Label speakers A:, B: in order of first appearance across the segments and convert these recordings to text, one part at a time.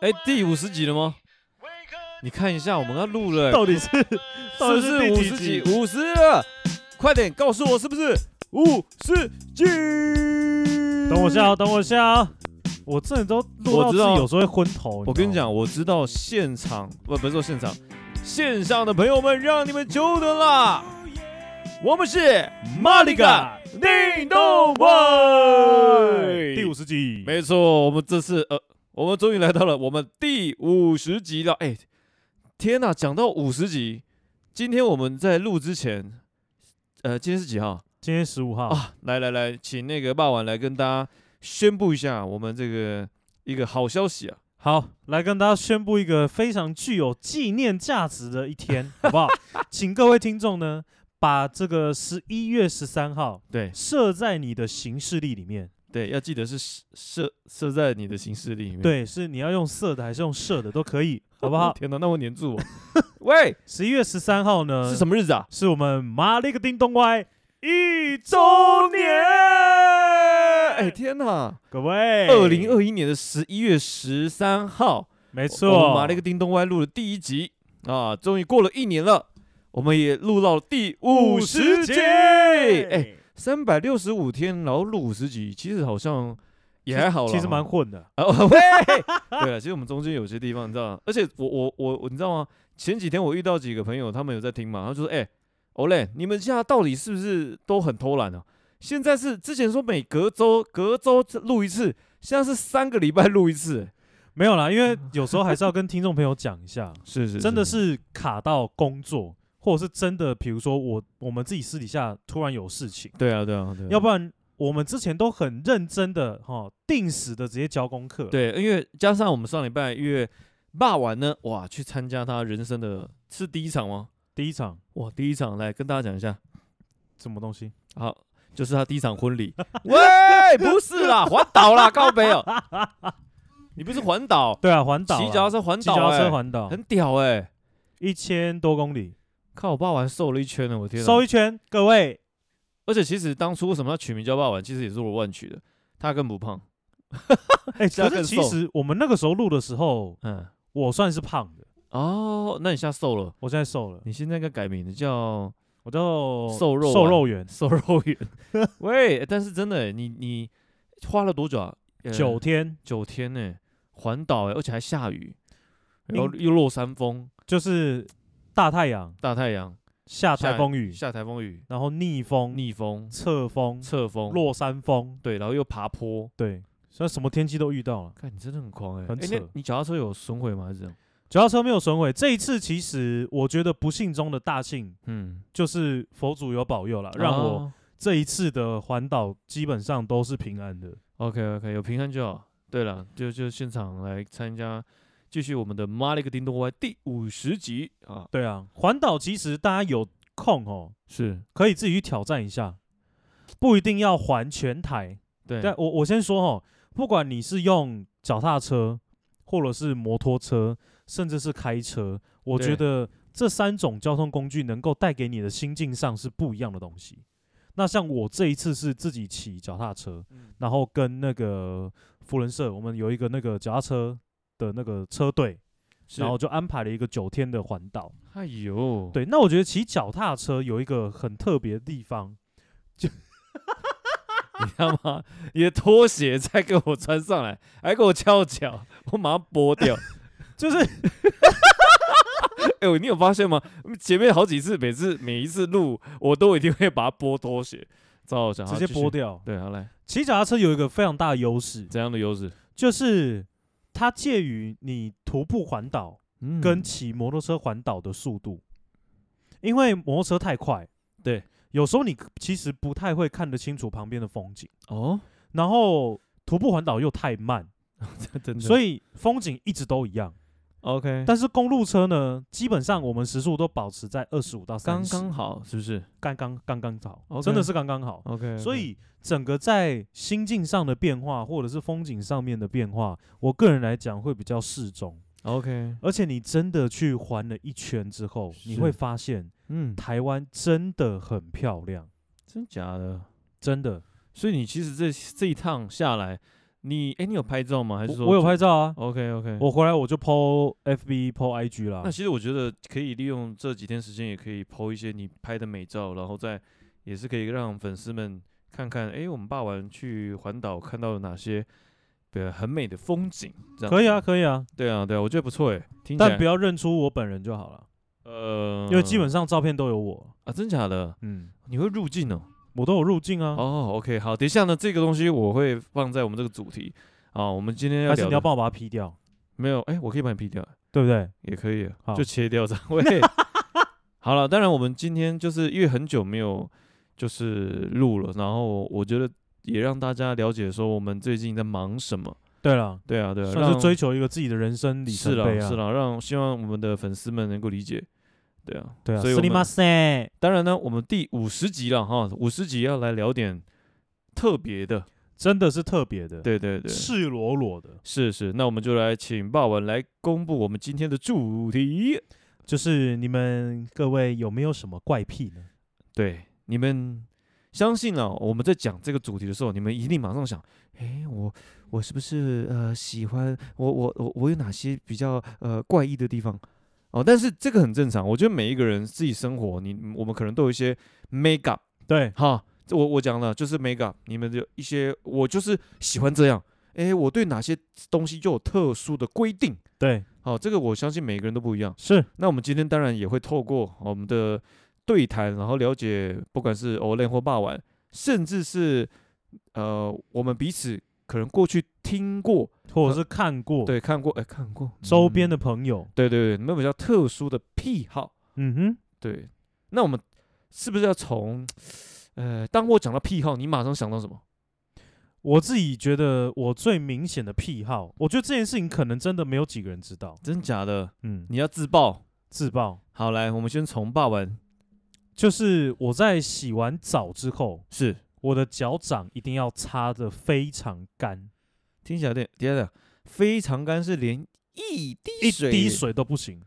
A: 哎，第五十集了吗？你看一下，我们要录 了、
B: 到底是到
A: 是不是
B: 底第
A: 五
B: 几
A: 十集？
B: 集？
A: 五十了，快点告诉我是不是五十集？
B: 等我一下、哦，等我一下、哦，我这里都录
A: 我
B: 到
A: 知
B: 自己
A: 道
B: 有时候会昏头。
A: 我跟你
B: 知道吗，
A: 讲，我知道现场不不是说现场，线上的朋友们让你们久等啦。我们是马里嘎运动会
B: 第五十集，
A: 没错，我们这次呃，我们终于来到了我们第五十集了。哎，天哪，讲到五十集，今天我们在录之前，呃，今天是几号
B: 今天十五号、
A: 啊？来来来，请那个霸王来跟大家宣布一下我们这个一个好消息啊！
B: 好，来跟大家宣布一个非常具有纪念价值的 一天，好不好？请各位听众呢，把这个十一月十三号
A: 对
B: 设在你的行事历里面。
A: 对，要记得是设设设在你的行事历里面。，
B: 对，是你要用色的还是用射的都可以，好不 好？
A: 天哪，那我黏住我。喂，
B: 十一月十三号呢
A: 是什么日子啊？
B: 是我们马里个叮咚歪一周年，
A: 哎，天哪！
B: 各位，
A: 二零，二一年的十一月十三号，
B: 没
A: 我
B: 错，
A: 们把那个叮咚歪录的第一集啊，终于过了一年了，我们也录到了第五十集，哎，
B: 哎，
A: 三百六十五天，然后录五十集，其实好像也还好啦
B: 其实蛮
A: 哈
B: 混的，
A: 啊 喂，对了，其实我们中间有些地方你知道，而且我我我我你知道吗？前几天我遇到几个朋友，他们有在听嘛，然后就说，哎、o l e 你们现在到底是不是都很偷懒啊？现在是之前说每隔周隔周录一次，现在是三个礼拜录一次、哎
B: 没有啦，因为有时候还是要跟听众朋友讲一下，
A: 是是
B: 真的是卡到工作，或者是真的，比如说我我们自己私底下突然有事情，
A: 对啊，对啊，对啊。
B: 要不然我们之前都很认真的哈，定时的直接交功课，，
A: 对，因为加上我们上礼拜因为霸完呢，哇，去参加他人生的是第一场吗？
B: 第一场
A: 哇，第一场来跟大家讲一下，
B: 什么东西，
A: 好，就是他第一场婚 礼。喂，不是啦，环岛啦，高北哦，你不是环岛，
B: 对啊，环岛啊，
A: 骑脚踏车环
B: 骑
A: 岛、
B: 脚踏
A: 欸，
B: 车环岛，
A: 很屌哎、
B: 一千多公里。
A: 看我霸完瘦了一圈了，我天哪！
B: 收一圈，各 位，
A: 而且其实当初为什么要取名叫霸完，其实也是我乱取的，他更不胖，
B: 哎、
A: 现在
B: 可
A: 更
B: 是其
A: 瘦
B: 实我们那个时候录的时候，
A: 嗯，
B: 我算是胖的，
A: 哦，那你现在瘦了，
B: 我现在瘦了，
A: 你现在应该改名字叫。
B: 我叫
A: 瘦肉
B: 瘦
A: 丸
B: 肉圆，
A: 瘦肉圆。 喂，但是真的欸，你你花了多久啊？呃
B: 九天
A: 九天呢、环岛欸，而且还下雨，然后
B: 应
A: 又落山风，
B: 就是大太阳
A: 大太阳，
B: 下台风雨，
A: 下台风雨，
B: 然后逆风、
A: 逆风、
B: 侧风、
A: 侧风，
B: 落山风，
A: 对，然后又爬坡。
B: 对，所以什么天气都遇到了。
A: 看你真的很狂哎、欸！
B: 很
A: 欸那
B: 扯
A: 你脚踏车有损毁吗？还是这样？
B: 脚踏车没有损毁，这一次其实我觉得不幸中的大幸。
A: 嗯，
B: 就是佛祖有保佑了，让
A: 哦
B: 我这一次的环岛基本上都是平安的。
A: OK OK 有平安就好。对了，就就现场来参加，继续我们的《妈了个叮咚歪》第五十集啊！
B: 对啊，环岛其实大家有空哦，
A: 是
B: 可以自己去挑战一下，不一定要环全台。
A: 对
B: 但我我先说哦，不管你是用脚踏车，或者是摩托车，甚至是开车，我
A: 对
B: 觉得这三种交通工具能够带给你的心境上是不一样的东西。那像我这一次是自己骑脚踏车，
A: 嗯
B: 然后跟那个福伦社，我们有一个那个脚踏车的那个车队，
A: 是
B: 然后就安排了一个九天的环岛。
A: 哎呦，
B: 对，那我觉得骑脚踏车有一个很特别的地方，
A: 你他妈，你的拖鞋再给我穿上来，还给我翘脚，我马上剥掉。
B: 就是
A: 嗯 哎、呦，你有发现吗？嗯前面好几次，每次每一次录，我都一定会把它剥拖鞋，超好笑，
B: 直接剥
A: 剥。
B: 掉。
A: 对，好来，
B: 骑脚踏车有一个非常大的优势，
A: 怎样的优势？
B: 就是它介于你徒步环岛
A: 嗯
B: 跟骑摩托车环岛的速度，因为摩托车太快，
A: 对，
B: 有时候你其实不太会看得清楚旁边的风景，
A: 哦，
B: 然后徒步环岛又太慢，
A: 真的，
B: 所
A: 以
B: 以风景一直都一样。
A: OK，
B: 但是公路车呢，基本上我们时速都保持在二十五到
A: 刚
B: 三十，
A: 刚哦好，是不是
B: 刚刚刚刚好
A: OK
B: 真的是刚刚好。
A: ？OK，
B: 所以整个在心境上的变化，或者是风景上面的变化，我个人来讲会比较适中。
A: OK，
B: 而且你真的去环了一圈之后，你
A: 是
B: 会发现
A: 嗯，
B: 台湾真的很漂亮，
A: 真假的？
B: 真的。
A: 所以你其实这这一趟下来，你哎、你有拍照吗？还是
B: 我
A: 说
B: 我有拍照啊，
A: ？OK OK。
B: 我回来我就 PO FB PO IG 啦
A: 那。其实我觉得可以利用这几天时间，也可以剖一些你拍的美照，然后再也是可以让粉丝们看看，哎、我们霸王去环岛看到了哪些呃很美的风景，这样
B: 可以啊，
A: 子，
B: 可以啊，
A: 对啊，对啊，我觉得不错哎、听起来
B: 但不要认出我本人就好了，
A: 呃，
B: 因为基本上照片都有我。
A: 啊，真假的，
B: 嗯，
A: 你会入境哦、
B: 我都有入境啊，
A: 哦，OK，好，等一下呢，这个东西我会放在我们这个主题啊，我们今天要
B: 还是
A: 聊
B: 你要
A: 的
B: 帮我把它 P 掉，
A: 没有？哎、我可以把你 P 掉，
B: 对不对？
A: 也可以，啊
B: 好
A: 就切掉这样。 喂，好了，当然我们今天就是因为很久没有就是录了，然后我觉得也让大家了解说我们最近在忙什么。
B: 对了，
A: 对啊，对啊，
B: 算
A: 让
B: 是追求一个自己的人生里
A: 是
B: 程
A: 啦
B: 碑啊，
A: 是啦，让希望我们的粉丝们能够理解。对啊，
B: 对啊，
A: 所以我
B: 斯里
A: 们
B: 马塞，
A: 当然呢，我们第五十集了哈，五十集要来聊点特别的。
B: 真的是特别的，，
A: 对对对，
B: 赤裸裸的，
A: 是是，那我们就来请霸文来公布我们今天的主题。
B: 就是你们各位有没有什么怪癖呢？
A: 对，你们相信啊，我们在讲这个主题的时候，你们一定马上想，诶，我我是不是呃喜欢我我我我有哪些比较呃怪异的地方？哦，但是这个很正常，我觉得每一个人自己生活，你我们可能都有一些 make up
B: 对，
A: 哈，这我我讲了就是 make up，你们的一些我就是喜欢这样，诶，我对哪些东西就有特殊的规定。
B: 对，
A: 好，这个我相信每个人都不一样。
B: 是
A: 那我们今天当然也会透过呃我们的对谈，然后了解不管是 Olen 或霸晚，甚至是呃我们彼此可能过去听过、
B: 或者是看过
A: 对看过、哎看过
B: 周边
A: 嗯
B: 的朋友，
A: 对对对，你们比较特殊的癖好。
B: 嗯哼，
A: 对，那我们是不是要从呃，当我讲到癖好，你马上想到什么？
B: 我自己觉得我最明显的癖好，我觉得这件事情可能真的没有几个人知道，
A: 真假的？
B: 嗯，
A: 你要自爆？
B: 自爆
A: 好，来，我们先从霸晚
B: 就是我在洗完澡之后，
A: 是
B: 我的脚掌一定要擦的非常干，
A: 听起来有点，等一下等一下，非常干是连一滴
B: 一
A: 水
B: 滴水都不行。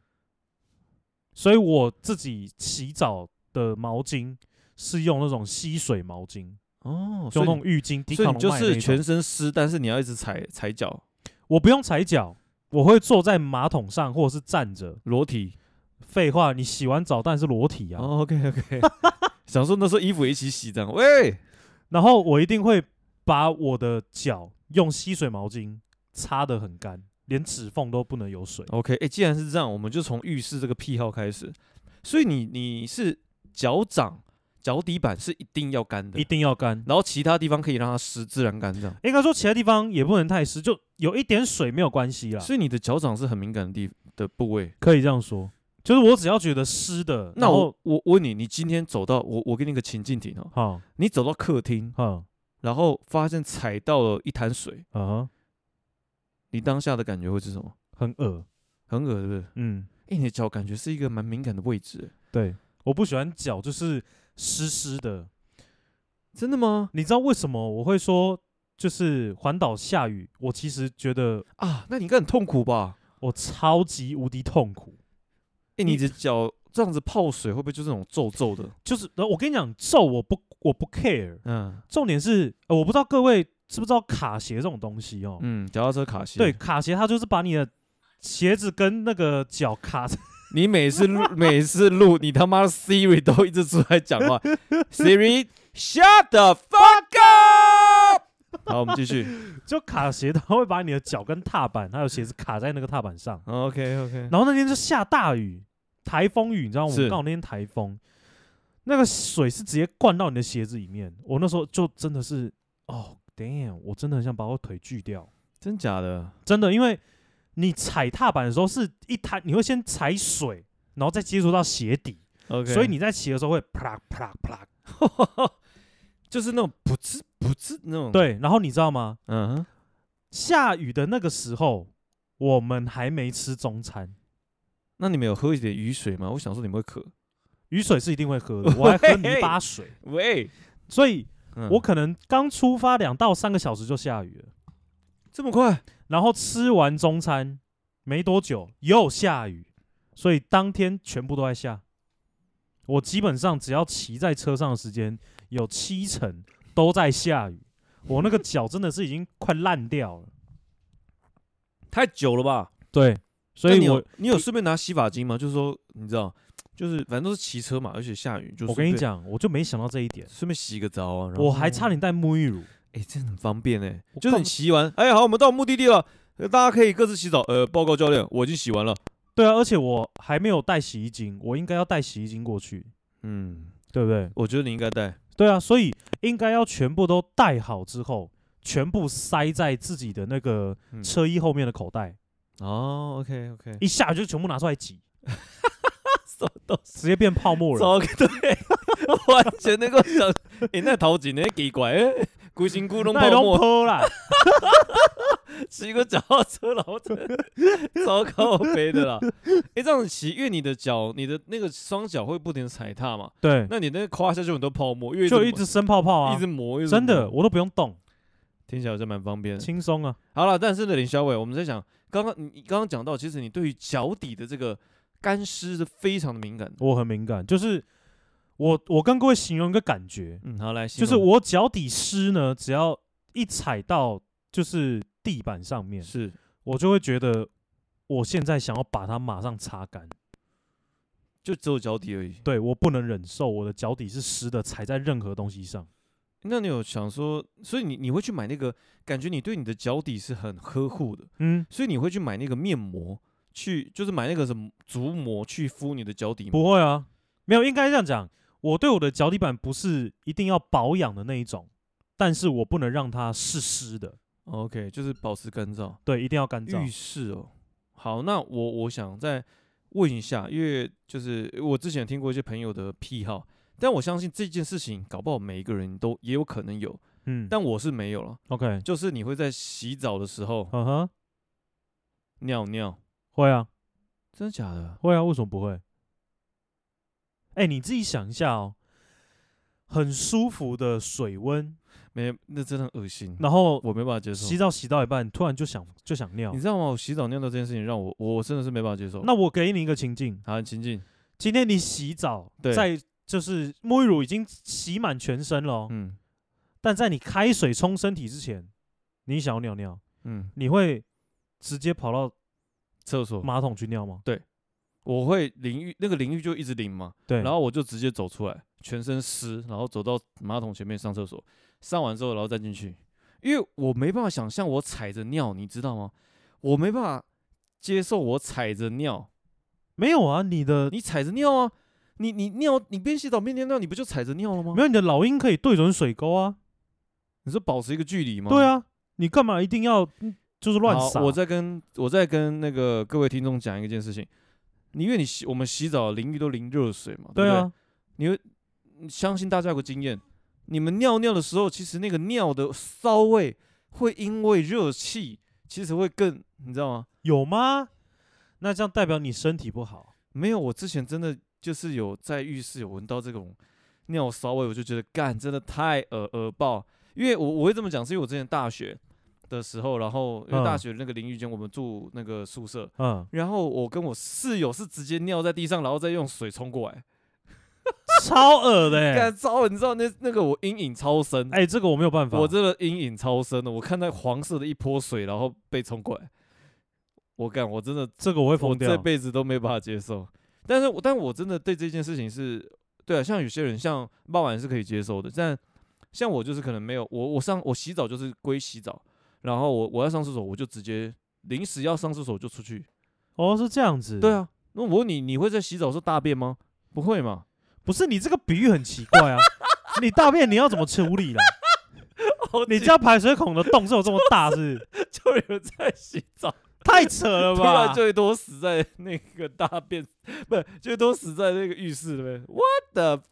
B: 所以我自己洗澡的毛巾是用那种吸水毛巾，
A: 哦，
B: 就
A: 所以
B: 那
A: 你
B: 种浴巾，迪
A: 所以
B: 卡
A: 你
B: 侬
A: 就
B: 卖的
A: 是
B: 那
A: 全
B: 种
A: 身湿，但是你要一直踩踩脚，
B: 我不用踩脚，我会坐在马桶上或者是站着。
A: 裸体。
B: 废话，你洗完澡当然是裸体啊。
A: 哦、OK OK，想 说那时候衣服一起洗这样。喂，
B: 然后我一定会把我的脚用吸水毛巾擦得很干，连指缝都不能有水。
A: OK，哎、既然是这样，我们就从浴室这个癖好开始。所以你你是脚掌、脚底板是一定要干的
B: 一，定要干。
A: 然后其他地方可以让它湿，自然干这样。
B: 应该说其他地方也不能太湿，就有一点水没有关系啦。
A: 所以你的脚掌是很敏感的地的部位。
B: 可以这样说，就是我只要觉得湿的，
A: 那
B: 然后
A: 我我我问你，你今天走到我我给你个情境题哦，
B: 好
A: 你走到客厅，
B: 好
A: 然后发现踩到了一滩水，
B: 啊哈，
A: 你当下的感觉会是什么？
B: 很恶，
A: 很恶，对不对？
B: 嗯，
A: 哎、你的脚感觉是一个蛮敏感的位置，
B: 对，我不喜欢脚就是湿湿的。
A: 真的吗？
B: 你知道为什么我会说就是环岛下雨？我其实觉得
A: 啊，那你应该很痛苦吧？
B: 我超级无敌痛苦，
A: 哎、你
B: 你
A: 的脚这样子泡水，会不会就是那种皱皱的？
B: 就是呃我跟你讲皱我不我不 care，
A: 嗯
B: 重点是、呃我不知道各位知不知道卡鞋这种东西哦，
A: 嗯，脚踏车卡鞋。
B: 对，，卡鞋它就是把你的鞋子跟那个脚卡在，
A: 你每次录每次录，你他妈 Siri 都一直出来讲 话，Siri shut the fuck up。好，我们继 续。
B: 就卡鞋它会把你的脚跟踏板还有鞋子卡在那个踏板上。
A: OK OK，
B: 然后那天就下大雨，台风雨，你知道吗？我
A: 是
B: 们刚好那天台风，那个水是直接灌到你的鞋子里面。我那时候就真的是，哦，damn，我真的很想把我腿锯掉，
A: 真假的？
B: 真的，因为你踩踏板的时候是一滩，你会先踩水，然后再接触到鞋底
A: OK，
B: 所 以你在骑的时候会啪啦啪啦啪啦。
A: 就是那种不吱不吱那种。，
B: 对，然后你知道吗？
A: 嗯哼，
B: 下雨的那个时候，我们还没吃中餐，
A: 那你们有喝一点雨水吗？我想说你们会渴。
B: 雨水是一定会喝 的，我还喝泥巴水，
A: 喂，
B: 所以
A: 嗯
B: 我可能刚出发两到三个小时就下雨了，
A: 这么快？
B: 然后吃完中餐没多久又下雨，所以当天全部都在下。我基本上只要骑在车上的时间有七成都在下雨，我那个脚真的是已经快烂掉了。
A: 太久了吧？
B: 对，所
A: 那
B: 以
A: 你有
B: 我
A: 你有顺便拿洗发精吗？就是说，你知道，就是反正都是骑车嘛，而且下雨，就
B: 我
A: 顺
B: 跟你
A: 便，
B: 讲，我就没想到这一点，
A: 顺便洗个澡啊。然后
B: 我还差点带沐浴乳。
A: 哎、真的很方便哎、
B: 我
A: 就是
B: 干
A: 你
B: 嘛
A: 洗完，哎，好，我们到目的地了，呃大家可以各自洗澡。呃，报告教练，我已经洗完了。
B: 对啊，而且我还没有带洗衣精，我应该要带洗衣精过去，
A: 嗯，
B: 对不对？
A: 我觉得你应该带。
B: 对啊，所以应该要全部都带好之后，全部塞在自己的那个
A: 嗯
B: 车衣后面的口袋，
A: 哦，OK OK，
B: 一下就全部拿出来挤，
A: 什么都
B: 直接变泡沫 了。
A: 糟，对，完全能够想，哎、那头颈那奇怪， 哎规身躯拢
B: 那
A: 泡
B: 都
A: 沫，
B: 泼啦，
A: 骑个脚踏车然后糟糕背的啦。哎、这样子骑，因为你的脚，你的那个双脚会不停地踩踏嘛，
B: 对，
A: 那你那个胯下就很多泡沫，因为
B: 就一
A: 抹
B: 直生泡泡
A: 一
B: 啊
A: 直，磨，一直
B: 真的
A: 磨
B: 我都不用动，
A: 听起来好像蛮方便的。
B: 轻松啊。
A: 好了，但是呢，林小伟，我们在讲刚刚你你刚刚讲到，其实你对于脚底的这个干湿是非常的敏感的。
B: 我很敏感，就是我我跟各位形容一个感觉，
A: 嗯，好来，
B: 就
A: 形
B: 是
A: 容
B: 我脚底湿呢，只要一踩到就是地板上面，
A: 是
B: 我就会觉得我现在想要把它马上擦干，
A: 就只有脚底而已。
B: 对我不能忍受我的脚底是湿的，踩在任何东西上。
A: 那你有想说，所以你你会去买那个，感觉你对你的脚底是很呵护的，
B: 嗯，
A: 所以你会去买那个面膜，去就是买那个什么足膜去敷你的脚底吗？
B: 不会啊，没有，应该这样讲，我对我的脚底板不是一定要保养的那一种，但是我不能让它是湿的，
A: ，OK，就是保持干燥。
B: 对，一定要干
A: 浴
B: 燥。
A: 室哦，好，那我我想再问一下，因为就是我之前听过一些朋友的癖好，但我相信这件事情搞不好每一个人都也有可能有，
B: 嗯
A: 但我是没有了。
B: ，OK，
A: 就是你会在洗澡的时候
B: 嗯哼，
A: 尿尿，
B: 会啊，
A: 真的假的？
B: 会啊，为什么不会？哎、你自己想一下哦，很舒服的水温，
A: 没，那真的很恶心，
B: 然后
A: 嗯我没办法接受
B: 洗。澡洗到一半，突然就想就想尿
A: 你。知道吗？我洗澡尿尿这件事情让我我真的是没办法接受。
B: 那我给你一个情境，
A: 好，情境，
B: 今天你洗澡，
A: 对
B: 在就是沐浴乳已经洗满全身了哦、
A: 嗯
B: 但在你开水冲身体之前，你想要尿尿，
A: 嗯，
B: 你会直接跑到
A: 厕所，
B: 马桶去尿吗？
A: 我会淋浴，那个淋浴就一直淋嘛，
B: 对，
A: 然后我就直接走出来，全身湿，然后走到马桶前面上厕所，上完之后然后再进去，因为我没办法想象我踩着尿，你知道吗？我没办法接受我踩着尿，
B: 没有啊，你的
A: 你踩着尿啊，你你尿，你边洗澡边尿尿，你不就踩着尿了吗？
B: 没
A: 有，
B: 有你的老鹰可以对准水沟啊，
A: 你说保持一个距离吗？
B: 对，啊，你干嘛一定要嗯就是乱
A: 哦好
B: 撒？
A: 我再跟我再跟那个各位听众讲一件事情，你因为你洗我们洗澡淋浴都淋热水嘛，
B: 对
A: 不对
B: 啊，
A: 你会嗯相信大家有个经验，你们尿尿的时候，其实那个尿的骚味会因为热气，其实会更，你知道吗？
B: 有吗？那这样代表你身体不好。
A: 没有，我之前真的就是有在浴室有闻到这种尿骚味，我就觉得干真的太恶恶爆。因为我我会这么讲，是因为我之前大学的时候，然后因为大
B: 嗯
A: 学那个淋浴间，我们住那个宿舍，，
B: 嗯
A: 然后我跟我室友是直接尿在地上，然后再用水冲过来，
B: 超恶的、欸
A: 干。糟，你知道那那个我阴影超深。
B: 哎、这个我没有办法。
A: 我真的阴影超深的，我看到黄色的一泼水，然后被冲过来，我干，我真的
B: 这个我会
A: 我
B: 疯
A: 这
B: 掉。
A: 辈子都没办法接受。但是我，但我真的对这件事情是，对啊，像有些人像傍晚是可以接受的，但像我就是可能没有，我我上我洗澡就是归洗澡，然后我我要上厕所我就直接临时要上厕所我就出去。
B: 哦，是这样子。
A: 对，啊，那我问你，你会在洗澡的时候大便吗？不会嘛？
B: 不是你这个比喻很奇怪啊。你大便你要怎么处 理啦？
A: 哦
B: 你家排水孔的洞是有这么大是不是？
A: 就有在洗澡。
B: 太扯 了
A: 突然
B: 吧！
A: 啊最多死在那个大便，不是最多死在那个浴室里面。What the？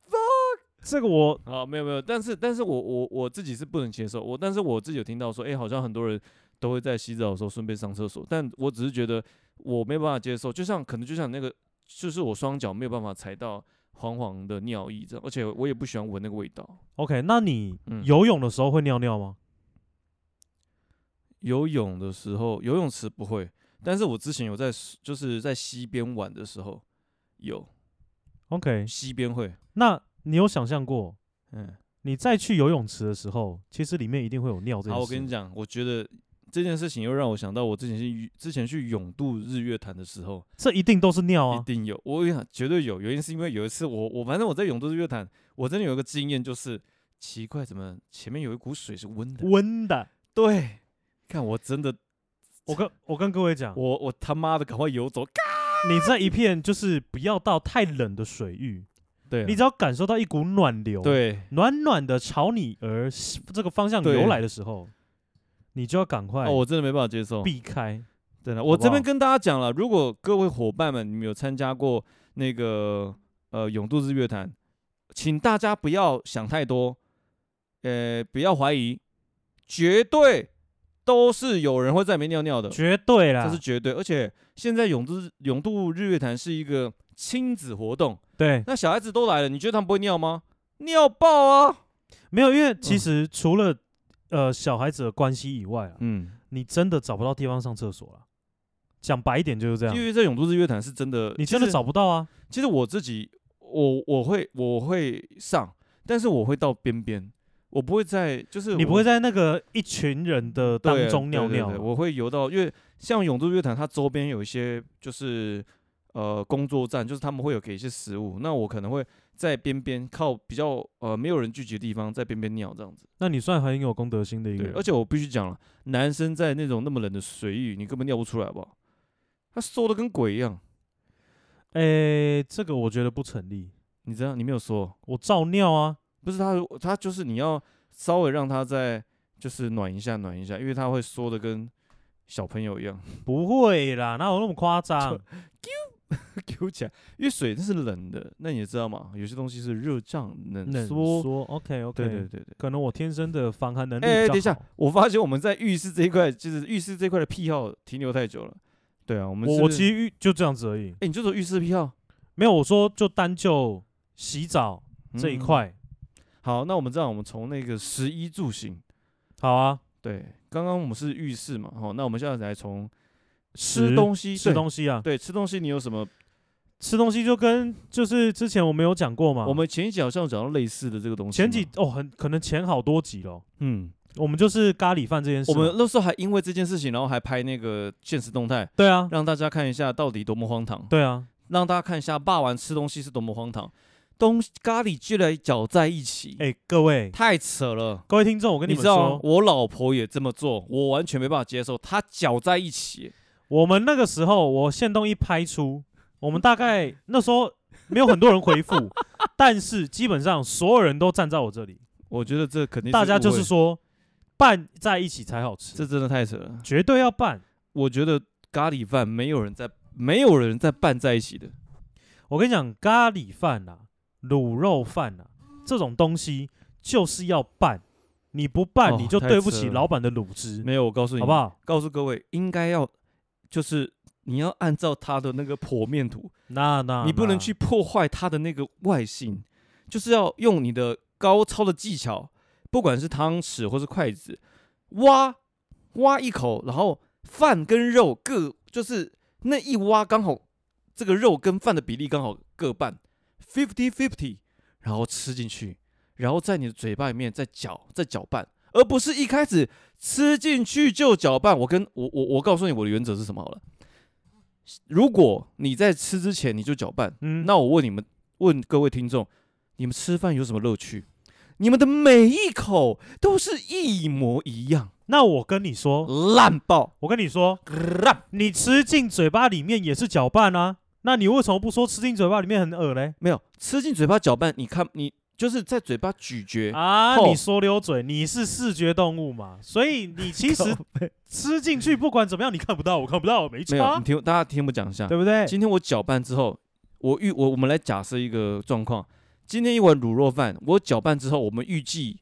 B: 这个我
A: 好，没有没有，但是但是我我我自己是不能接受，我但是我自己有听到说，哎、好像很多人都会在洗澡的时候顺便上厕所，但我只是觉得我没有办法接受，就像可能就像那个，就是我双脚没有办法踩到黄黄的尿液这样，而且我也不喜欢闻那个味道。
B: OK。那你
A: 嗯
B: 游泳的时候会尿尿吗？
A: 游泳的时候，游泳池不会，但是我之前有在就是在溪边玩的时候有
B: OK，
A: 溪边会，
B: 那你有想象过
A: 嗯。
B: 你再去游泳池的时候，其实里面一定会有尿这件
A: 好，
B: 事。
A: 我跟你讲，我觉得这件事情又让我想到我之前去之前去永渡日月潭的时候，
B: 这一定都是
A: 一
B: 尿啊！
A: 定有，我跟你讲，绝对有。原因是因为有一次我我反正我在永渡日月潭，我真的有一个经验，就是奇怪，怎么前面有一股水是温的？
B: 温的，
A: 对，看我真的，
B: 我 跟我跟各位讲，
A: 我我他妈的赶快游走！
B: 你在一片就是不要到太冷的水域，
A: 对啊，
B: 你只要感受到一股暖流，，
A: 对
B: 暖暖的朝你而这个方向
A: 对
B: 游来的时候，你就要赶快
A: 哦，我真的没办法接受。
B: 避开。
A: 真的，
B: 好
A: 我
B: 不
A: 这边
B: 好
A: 跟大家讲了，如果各位伙伴们你们有参加过那个呃永渡日月潭，请大家不要想太多，呃，不要怀疑，绝对都是有人会在里面尿尿的，
B: 绝对啊啦，
A: 这是绝对。而且现在永渡日永渡日月潭是一个亲子活动，
B: 对，
A: 那小孩子都来了，你觉得他们不会尿吗？尿爆啊！
B: 没有，因为其
A: 嗯
B: 实除了、呃小孩子的关系以外啊，
A: 嗯，
B: 你真的找不到地方上厕所了。讲白一点就是这样
A: 因，为在永渡日月潭是真的，
B: 啊你
A: 其
B: 真的
A: 实
B: 找不到啊。
A: 其实我自己，我我会我会上，但是我会到边边，我不会在就是
B: 你不
A: 我
B: 会在那个一群人的
A: 对
B: 当中
A: 对
B: 尿
A: 对
B: 尿
A: 对
B: 啊，
A: 我会游到，因为像永渡乐坛，它周边有一些就是呃工作站，就是他们会有给一些食物，那我可能会在边边靠比较呃没有人聚集的地方，在边边尿这样子。
B: 那你算很有公德心的一个
A: 对，
B: 人
A: 而。且我必须讲了，男生在那种那么冷的水域，你根本尿不出来，好不好？他缩的跟鬼一样，
B: 诶、这个我觉得不成立。
A: 你知道？你没有缩。
B: 我照尿啊，
A: 不是他，他就是你要稍微让他再就是暖一下，暖一下，因为他会缩的跟小朋友一样
B: 不会啦，哪有那么夸张？
A: 揪起来，因为水那是冷的，那你也知道嘛，有些东西是热胀
B: 冷
A: 冷缩。
B: 缩，OK OK，
A: 对对对对。
B: 可能我天生的防寒能力比
A: 哎、
B: 较好。
A: 等一下，我发现我们在浴室这一块，就是浴室这一块的癖好停留太久了。对啊，我们
B: 我
A: 是
B: 我
A: 不是
B: 其实就这样子而已
A: 哎、，你就说浴室癖好
B: 没有我说就单就洗澡这一、
A: 嗯
B: 块，
A: 好，那我们这样，我们从那个食衣住行，
B: 好啊，
A: 对，刚刚我们是浴室嘛，好，那我们现在来从
B: 食
A: 吃东西，
B: 吃
A: 对
B: 东西啊，
A: 对，吃东西你有什么
B: 吃东西就跟就是之前我们有讲过嘛，
A: 我们前一集好像讲到类似的这个东西嘛。
B: 前几哦很可能前好多集咯，
A: 嗯，
B: 我们就是咖喱饭这件事
A: 我
B: 嘛，
A: 们那时候还因为这件事情，然后还拍那个现实动态，
B: 对啊
A: 让大家看一下到底多么荒唐，
B: 对啊，
A: 让大家看一下霸王吃东西是多么荒唐，东西咖喱居然搅在一起，
B: 哎、各位
A: 太扯了。
B: 各位听众，我跟
A: 你
B: 们
A: 知道啊
B: 说，
A: 我老婆也这么做，我完全没办法接受，她搅在一起，
B: 我们那个时候我线动一拍出，我们大概那时候没有很多人回 复，但是基本上所有人都站在我这里，
A: 我觉得这肯定
B: 大家就
A: 误
B: 是
A: 会，
B: 说拌在一起才好吃，
A: 这真的太扯了。
B: 绝对要拌。
A: 我觉得咖喱饭没有人在，没有人在拌在一起的。
B: 我跟你讲，咖喱饭啊、卤肉饭啊这种东西就是要拌，你不拌、
A: 哦
B: 你就
A: 太
B: 对不
A: 扯
B: 起
A: 了
B: 老板的卤汁，
A: 没有，我告诉你，
B: 好不好？
A: 告诉各位，应该要就是你要按照它的那个剖面图，
B: 那那
A: 你不
B: 啊那
A: 能去破坏它的那个外形，就是要用你的高超的技巧，不管是汤匙或是筷子，挖挖一口，然后饭跟肉各就是那一挖刚好这个肉跟饭的比例刚好各半，fifty fifty，然后吃进去，然后在你的嘴巴里面再搅再搅拌。而不是一开始吃进去就搅拌。我跟我我我告诉你我的原则是什么好了。如果你在吃之前你就搅拌，
B: 嗯，
A: 那我问你们，问各位听众，你们吃饭有什么乐趣？你们的每一口都是一模一样，
B: 那我跟你说，
A: 烂爆，
B: 我跟你说，
A: 烂。
B: 你吃进嘴巴里面也是搅拌啊，那你为什么不说吃进嘴巴里面很恶嘞？
A: 没有吃进嘴巴搅拌，你看你就是在嘴巴咀嚼，
B: 啊，
A: 后
B: 你说溜嘴，你是视觉动物嘛，所以你其实吃进去不管怎么样，你看不到，我看不到，我没
A: 没有，嗯
B: 差
A: 你，听大家听我讲一下。
B: 对不对？
A: 今天我搅拌之后，我预我我们来假设一个状况，今天一碗卤肉饭，我搅拌之后，我们预计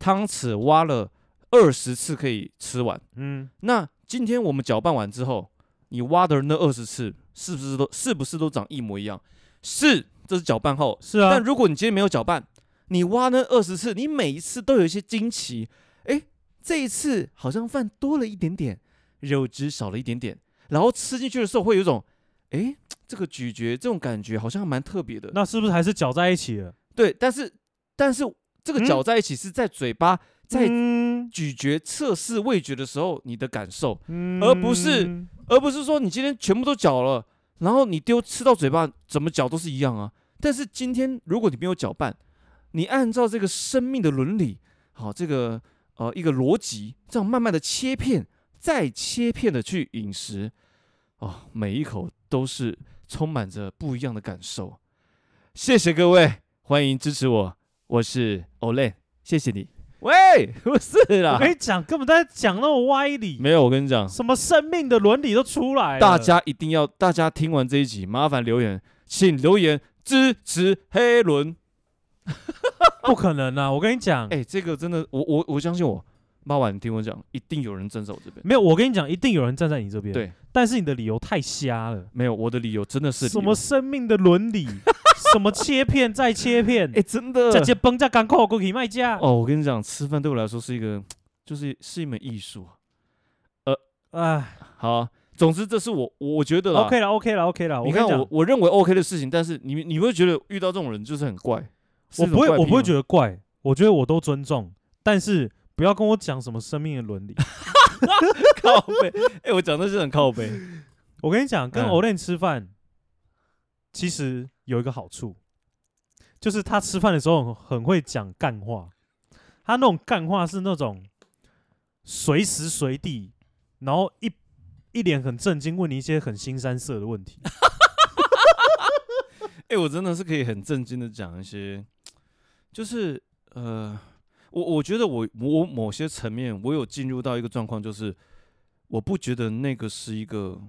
A: 汤匙挖了二十次可以吃完。
B: 嗯，
A: 那今天我们搅拌完之后，你挖的那二十次是不是都是不是都长一模一样？是，这是搅拌后。
B: 是啊
A: 但，如果你今天没有搅拌，你挖那二十次，你每一次都有一些惊奇。诶，这一次好像饭多了一点点，肉汁少了一点点，然后吃进去的时候会有一种，诶，这个咀嚼这种感觉好像蛮特别的。
B: 那是不是还是搅在一起了？
A: 对，但是但是这个
B: 嗯
A: 搅在一起是在嘴巴在
B: 嗯
A: 咀嚼、测试味觉的时候你的感受，
B: 嗯
A: 而不是而不是说你今天全部都搅了，然后你丢吃到嘴巴，怎么搅都是一样啊。但是今天如果你没有搅拌，你按照这个生命的伦理，好，这个呃一个逻辑，这样慢慢的切片，再切片的去饮食，哦，每一口都是充满着不一样的感受。谢谢各位，欢迎支持我，我是 Olay，谢谢你。喂，不是啦
B: 我，跟你讲，根本在讲那种歪理，
A: 啊没有，我跟你讲，
B: 什么生命的伦理都出来了。
A: 大家一定要，大家听完这一集，麻烦留言，请留言支持黑
B: 嗯
A: 轮。
B: 不可能啊！我跟你讲，
A: 哎、这个真的，我我我相信我，妈晚，你听我讲，一定有人站在我这边。
B: 没有，我跟你讲，一定有人站在你这边。
A: 对，
B: 但是你的理由太瞎了，
A: 没有，我的理由真的是理
B: 什
A: 由
B: 么？生命的 伦理，什么切片再切片
A: 哎、，真的
B: 再接崩再干扣过去卖价。
A: 哦，我跟你讲，吃饭对我来说是一个，就是是一门艺术。
B: 哎
A: 好啊、总之这是我我觉得啦
B: ，OK 了，OK 了，OK 了。
A: 你
B: 我跟
A: 看
B: 你讲，
A: 我我认为 OK 的事情，但是你你会觉得遇到这种人就是很怪。
B: 我不会，我不会觉
A: 得，
B: 得怪，我觉得我都尊重，但是不要跟我讲什么生命的 伦理。
A: 靠背。哎、我讲的是很靠背。
B: 我跟你讲，跟
A: 嗯
B: Olen 吃饭，其实有一个好处，就是他吃饭的时候很很会讲干话，他那种干话是那种随时随地，然后一一脸很震惊问你一些很新三色的问题。
A: 哎、我真的是可以很震惊的讲一些，就是呃，我我觉得我我某些层面我有进入到一个状况，就是我不觉得那个是一个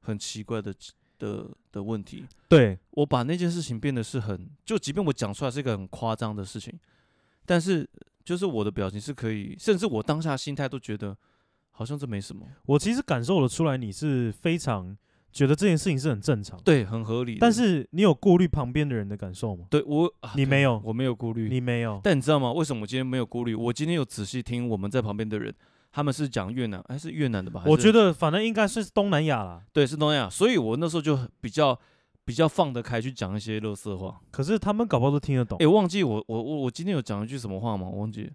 A: 很奇怪的的的问题，
B: 对，
A: 我把那件事情变得是很，就即便我讲出来是一个很夸张的事情，但是就是我的表情是可以，甚至我当下心态都觉得好像这没什么，
B: 我其实感受得出来，你是非常觉得这件事情是很正常，
A: 对，很合理的。
B: 但是你有顾虑旁边的人的感受吗？
A: 对我、啊
B: 你
A: 对
B: 没有
A: 我没有顾虑，
B: 你没有，
A: 但你知道吗？为什么我今天没有顾虑？我今天有仔细听我们在旁边的人，他们是讲越南，还是越南的吧？
B: 我觉
A: 得
B: 得反正应该是东南亚啦。
A: 对，是东南亚，所以我那时候就很比较比较放得开去讲一些乐色话。
B: 可是他们搞不好都听得懂
A: 哎、。忘记我我我我今天有讲一句什么话吗？我忘记了。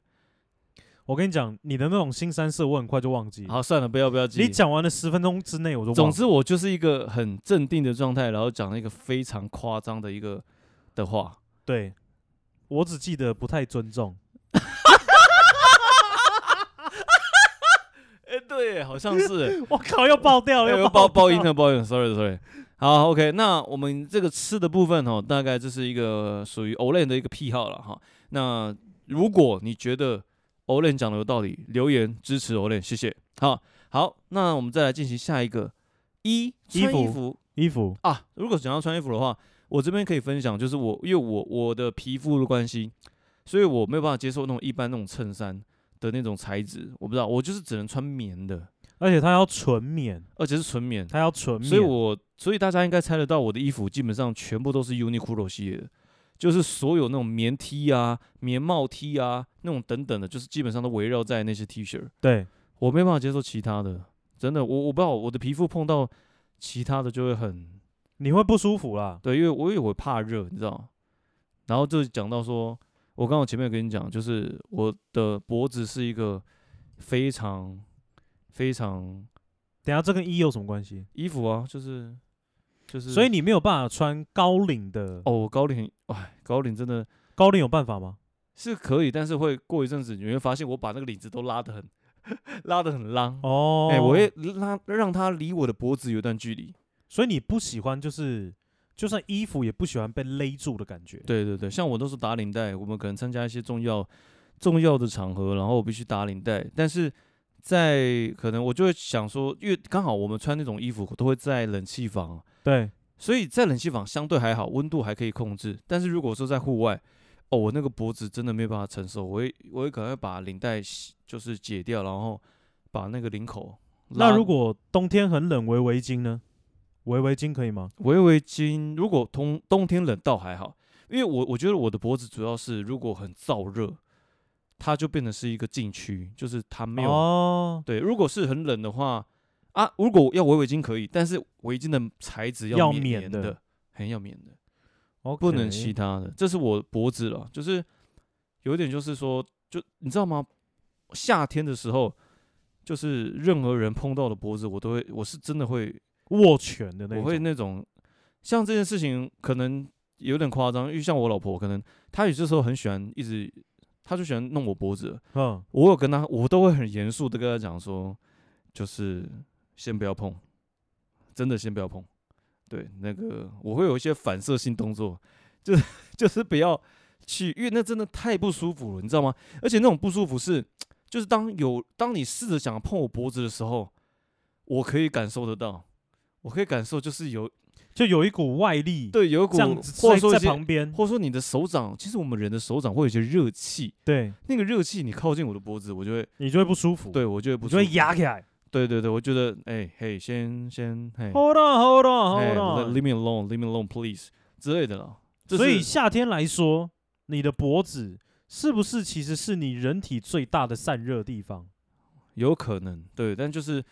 B: 我跟你讲，你的那种新三色，我很快就忘记。
A: 好，算了，不要不要记。
B: 你讲完了十分钟之内，我就忘
A: 总
B: 了
A: 之我就是一个很镇定的状态，然后讲了一个非常夸张的一个的话。
B: 对，我只记得不太 尊重。
A: 哎、对，好像是。
B: 我靠，又爆掉，
A: 哎
B: 又
A: 呦爆爆音
B: 掉。
A: 了，爆音了，sorry sorry。好，OK，那我们这个吃的部分哦，大概这是一个属于 Olen 的一个癖好了哈。那如果你觉得 Olen 讲的有道理，留言支持 Olen，谢谢。好，好，那我们再来进行下一个一
B: 衣
A: 穿衣
B: 服
A: 服
B: 衣服，
A: 啊。如果想要穿衣服的话，我这边可以分享，就是我因为我我的皮肤的关系，所以我没有办法接受那种一般那种衬衫的那种材质，我不知道，我就是只能穿棉的，
B: 而且它要纯棉，
A: 而且是纯棉。
B: 它要纯棉。
A: 所以我所以大家应该猜得到，我的衣服基本上全部都是 Uniqlo 系列的，就是所有那种棉 T 啊、棉帽 T 啊那种等等的，就是基本上都围绕在那些 T 恤。
B: 对
A: 我没办法接受其他的，真的，我我不知道我的皮肤碰到其他的就会很
B: 你会不舒服啦。
A: 对，因为我因为我怕热，你知道吗。然后就讲到说，我刚好前面有跟你讲，就是我的脖子是一个非常非常
B: 等一下这跟一有什么关系？
A: 衣服啊，就是就是，
B: 所以你没有办法穿高领的，
A: 哦，我高领，哎，高领真的
B: 高领有办法吗？
A: 是可以，但是会过一阵子，你会发现我把那个领子都拉得很，拉得很浪。
B: 哦，
A: 哎、我也拉让它离我的脖子有一段距离。
B: 所以你不喜欢就是，就算衣服也不喜欢被勒住的感觉。
A: 对对对，像我都是打领带，我们可能参加一些重要重要的场合，然后我必须打领带。但是在可能我就会想说，因为刚好我们穿那种衣服都会在冷气房，
B: 对，
A: 所以在冷气房相对还好，温度还可以控制。但是如果说在户外，哦，我那个脖子真的没有办法承受，我会我会赶快把领带洗就是解掉，然后把那个领口拉。
B: 那如果冬天很冷，围围巾呢？围围巾可以吗？
A: 围围巾，如果冬冬天冷倒还好，因为我我觉得我的脖子主要是如果很燥热，它就变成是一个禁区，就是它没有、
B: 哦，
A: 对。如果是很冷的话啊，如果要围围巾可以，但是围巾的材质
B: 要
A: 要
B: 棉
A: 棉
B: 的
A: 的，很要棉的。
B: o
A: 不能其他的，这是我脖子了，就是有一点就是说，就你知道吗？夏天的时候，就是任何人碰到我的脖子，我都会，我是真的会
B: 握拳的那
A: 我会
B: 种。
A: 那种，像这件事情可能有点夸张，因为像我老婆，可能她有些时候很喜欢一直，她就喜欢弄我脖子。
B: 嗯，
A: 我有跟她，我都会很严肃的跟她讲说，就是先不要碰，真的先不要碰。对，那个我会有一些反射性动作，就是就是不要去，因为那真的太不舒服了，你知道吗？而且那种不舒服是，就是当有当你试着想要碰我脖子的时候，我可以感受得到，我可以感受就是有
B: 就有一股外力，，
A: 对，有一股
B: 这样子
A: 或者说
B: 在
A: 一些，
B: 在旁边，
A: 或者说你的手掌，其实我们人的手掌会有一些热气，
B: 对
A: 那个热气你靠近我的脖子，我就会，
B: 你就会不舒服，，
A: 对我就会不
B: 你
A: 舒
B: 就
A: 服，
B: 会压起来。
A: 对对对，我觉得，哎、嘿，先先，嘿，
B: Hold on，Hold
A: 哎
B: on，Hold on。
A: ，leave me alone，leave me alone，please 之类的了。这
B: 所以
A: 是
B: 夏天来说，你的脖子是不是其实是你人体最大的散热地方？
A: 有可能对，但就是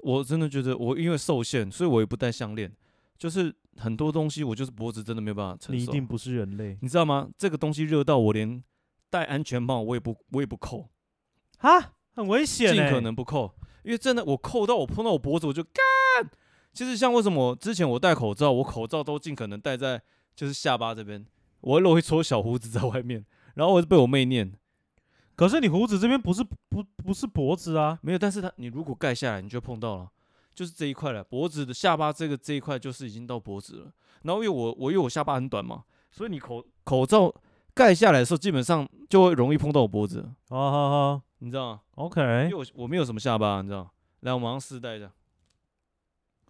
A: 我真的觉得我因为受限，所以我也不戴项链，就是很多东西我就是脖子真的没有办法承
B: 你一
A: 受，
B: 定不是人类
A: 你知道吗？这个东西热到我连戴安全帽我也不我也不扣。
B: 啊，很危险、欸。
A: 尽可能不扣，因为真的我扣到我碰到我脖子我就干。其实像为什么之前我戴口罩，我口罩都尽可能戴在就是下巴这边，我会会搓小胡子在外面，然后我就被我妹念
B: 可是你胡子这边不是不不是脖子啊，
A: 没有，但是他你如果盖下来，你就碰到了，就是这一块了，脖子的下巴这个这一块就是已经到脖子了。然后因为我我因为我下巴很短嘛，所以你口口罩盖下来的时候，基本上就会容易碰到我脖子，
B: 哦好好
A: 你知道吗？因
B: ，OK，
A: 为我我没有什么下巴，你知道吗？来，我马上试戴一下，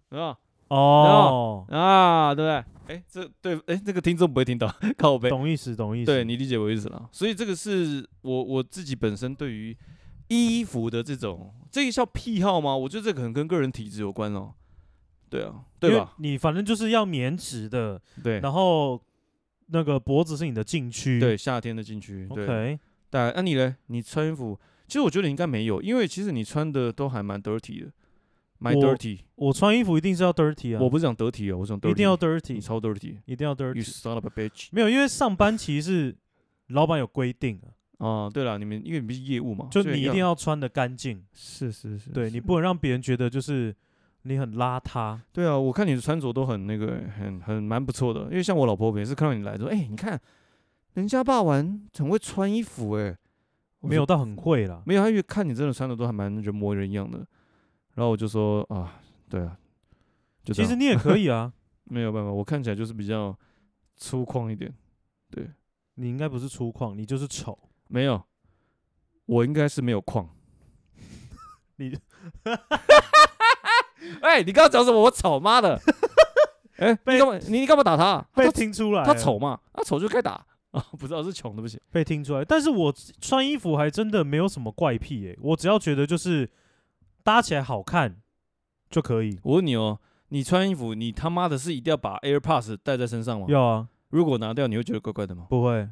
A: 啊。
B: 哦，
A: 啊，对不对？哎，这对，哎，这个听众不会听到，靠背。
B: 懂意思，懂意思。
A: 对你理解我意思了。所以这个是我我自己本身对于衣服的这种，这个叫癖好吗？我觉得这可能跟个人体质有关哦。对啊，
B: 因
A: 对
B: 为
A: 吧？
B: 你反正就是要棉质的，
A: 对
B: 然后那个脖子是你的禁区。
A: 对，夏天的禁区。对，
B: ，OK，
A: 当然，那你呢？你穿衣服，其实我觉得你应该没有，因为其实你穿的都还蛮 dirty 的，蛮
B: 我
A: dirty。
B: 我穿衣服一定是要 dirty 啊，
A: 我不是讲得体哦，我讲 dirty，
B: 一定要
A: 你
B: dirty，
A: 超 dirty，you
B: 一定要 dirty。
A: son of a bitch。
B: 没有，因为上班其实是老板有规定啊，
A: 哦，对了，你们因为你们是业务嘛，
B: 就
A: 所以
B: 你一定要穿的干净，
A: 是是是，
B: 对
A: 是
B: 你不能让别人觉得就是你很邋遢。
A: 对啊，我看你的穿着都很那个，很很蛮不错的。因为像我老婆每次看到你来说，哎、你看人家霸王很会穿衣服、哎，我
B: 没
A: 说
B: 有到很会啦，
A: 没有，她因为看你真的穿的都还蛮人模人样的，然后我就说啊，对啊，就这
B: 其
A: 样
B: 实你也可以啊，
A: 没有办法，我看起来就是比较粗犷一点，
B: 你应该不是粗犷，你就是丑。
A: 没有，我应该是没有框。
B: 你，
A: 哎、你刚刚讲什么？我草妈的！ 哎、
B: 被
A: 你干嘛？你你干嘛打他？
B: 被
A: 他
B: 听出来，
A: 他，丑嘛，他丑就该打 啊！不知道是穷，对不起。
B: 被听出来。但是我穿衣服还真的没有什么怪癖诶、我只要觉得就是搭起来好看就可以。
A: 我问你哦，你穿衣服，你他妈的是一定要把 AirPods 带在身上吗？
B: 要啊，
A: 如果拿掉，你会觉得怪怪的吗？
B: 不会，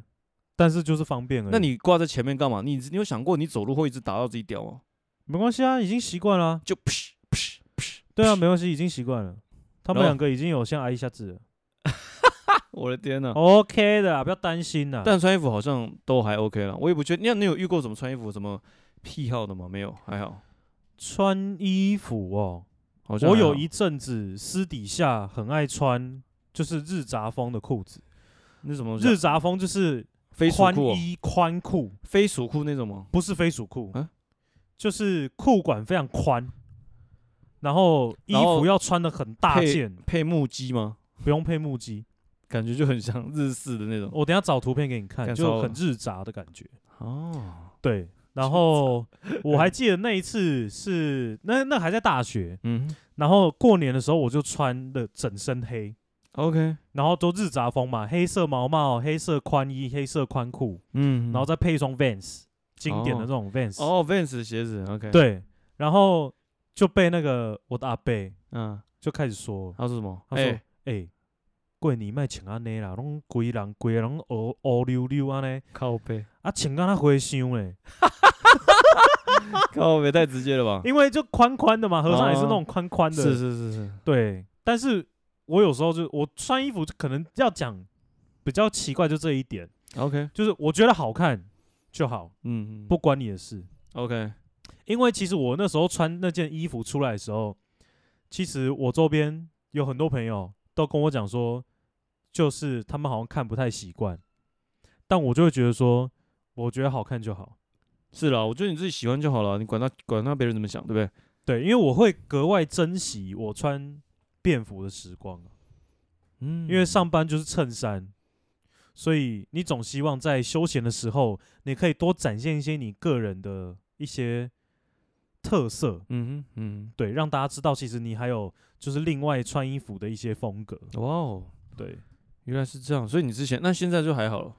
B: 但是就是方便而已。
A: 那你挂在前面干嘛？你你有想过你走路会一直打到自己屌吗？
B: 没关系啊，已经习惯了啊。
A: 就噗噗噗！
B: 对啊，没关系，已经习惯了。他们
A: 然后
B: 两个已经有先挨一下子了
A: 我的天呐！
B: 哦，OK 的啦，不要担心啦。
A: 嗯但穿衣服好像都还 OK 了，我也不觉得。那你有遇过什么穿衣服什么癖好的吗？没有，还好。
B: 穿衣服哦，
A: 好像
B: 我
A: 还好
B: 有一阵子私底下很爱穿，就是日杂风的裤子。
A: 那什么东西啊
B: 日杂风就是
A: 飞鼠
B: 宽
A: 裤、哦，
B: 衣宽裤，
A: 飞鼠裤那种吗？
B: 不是飞鼠裤
A: 啊，
B: 就是裤管非常宽，然后衣
A: 然后
B: 服要穿的很大
A: 配
B: 件，
A: 配木屐吗？
B: 不用配木屐。
A: 感觉就很像日式的那种。
B: 我等一下找图片给你看，
A: 看
B: 就
A: 超
B: 很日杂的感觉。
A: 哦，
B: 对，然后我还记得那一次是那那还在大学，
A: 嗯
B: 然后过年的时候我就穿的整身黑，
A: ，OK，
B: 然后都日杂风嘛，黑色毛帽、黑色宽衣、黑色宽裤，
A: 嗯，
B: 然后再配一双 Vans，经典的这种 Vans。
A: 哦，Vans 的鞋子，OK，，
B: 对，然后就被那个我的阿贝
A: 嗯，
B: 就开始说，
A: 他说什么？
B: 他说
A: 哎：“
B: 哎、过年卖穿安尼啦，拢规人规个拢乌乌溜溜安尼，
A: 靠背，
B: 啊穿到那回箱嘞，
A: 靠背太直接了 吧？
B: 因为就宽宽的嘛，和尚也是那种宽宽的，
A: 啊是是是是，
B: 对。但是我有时候就我穿衣服就可能要讲比较奇怪，就这一点，
A: OK，
B: 就是我觉得好看，就好，
A: 嗯，
B: 不关你的事。
C: OK，
B: 因为其实我那时候穿那件衣服出来的时候，其实我周边有很多朋友都跟我讲说，就是他们好像看不太习惯，但我就会觉得说，我觉得好看就好。
A: 是啦，我觉得你自己喜欢就好了，你管他管他别人怎么想，对不对？
B: 对，因为我会格外珍惜我穿便服的时光啊，
A: 嗯
B: 因为上班就是衬衫，所以你总希望在休闲的时候，你可以多展现一些你个人的一些特色。
A: 嗯哼嗯
B: 对，让大家知道其实你还有就是另外穿衣服的一些风格。
A: 哼，哇哦，
B: 对
A: 原来是这样，所以你之前那现在就还好了，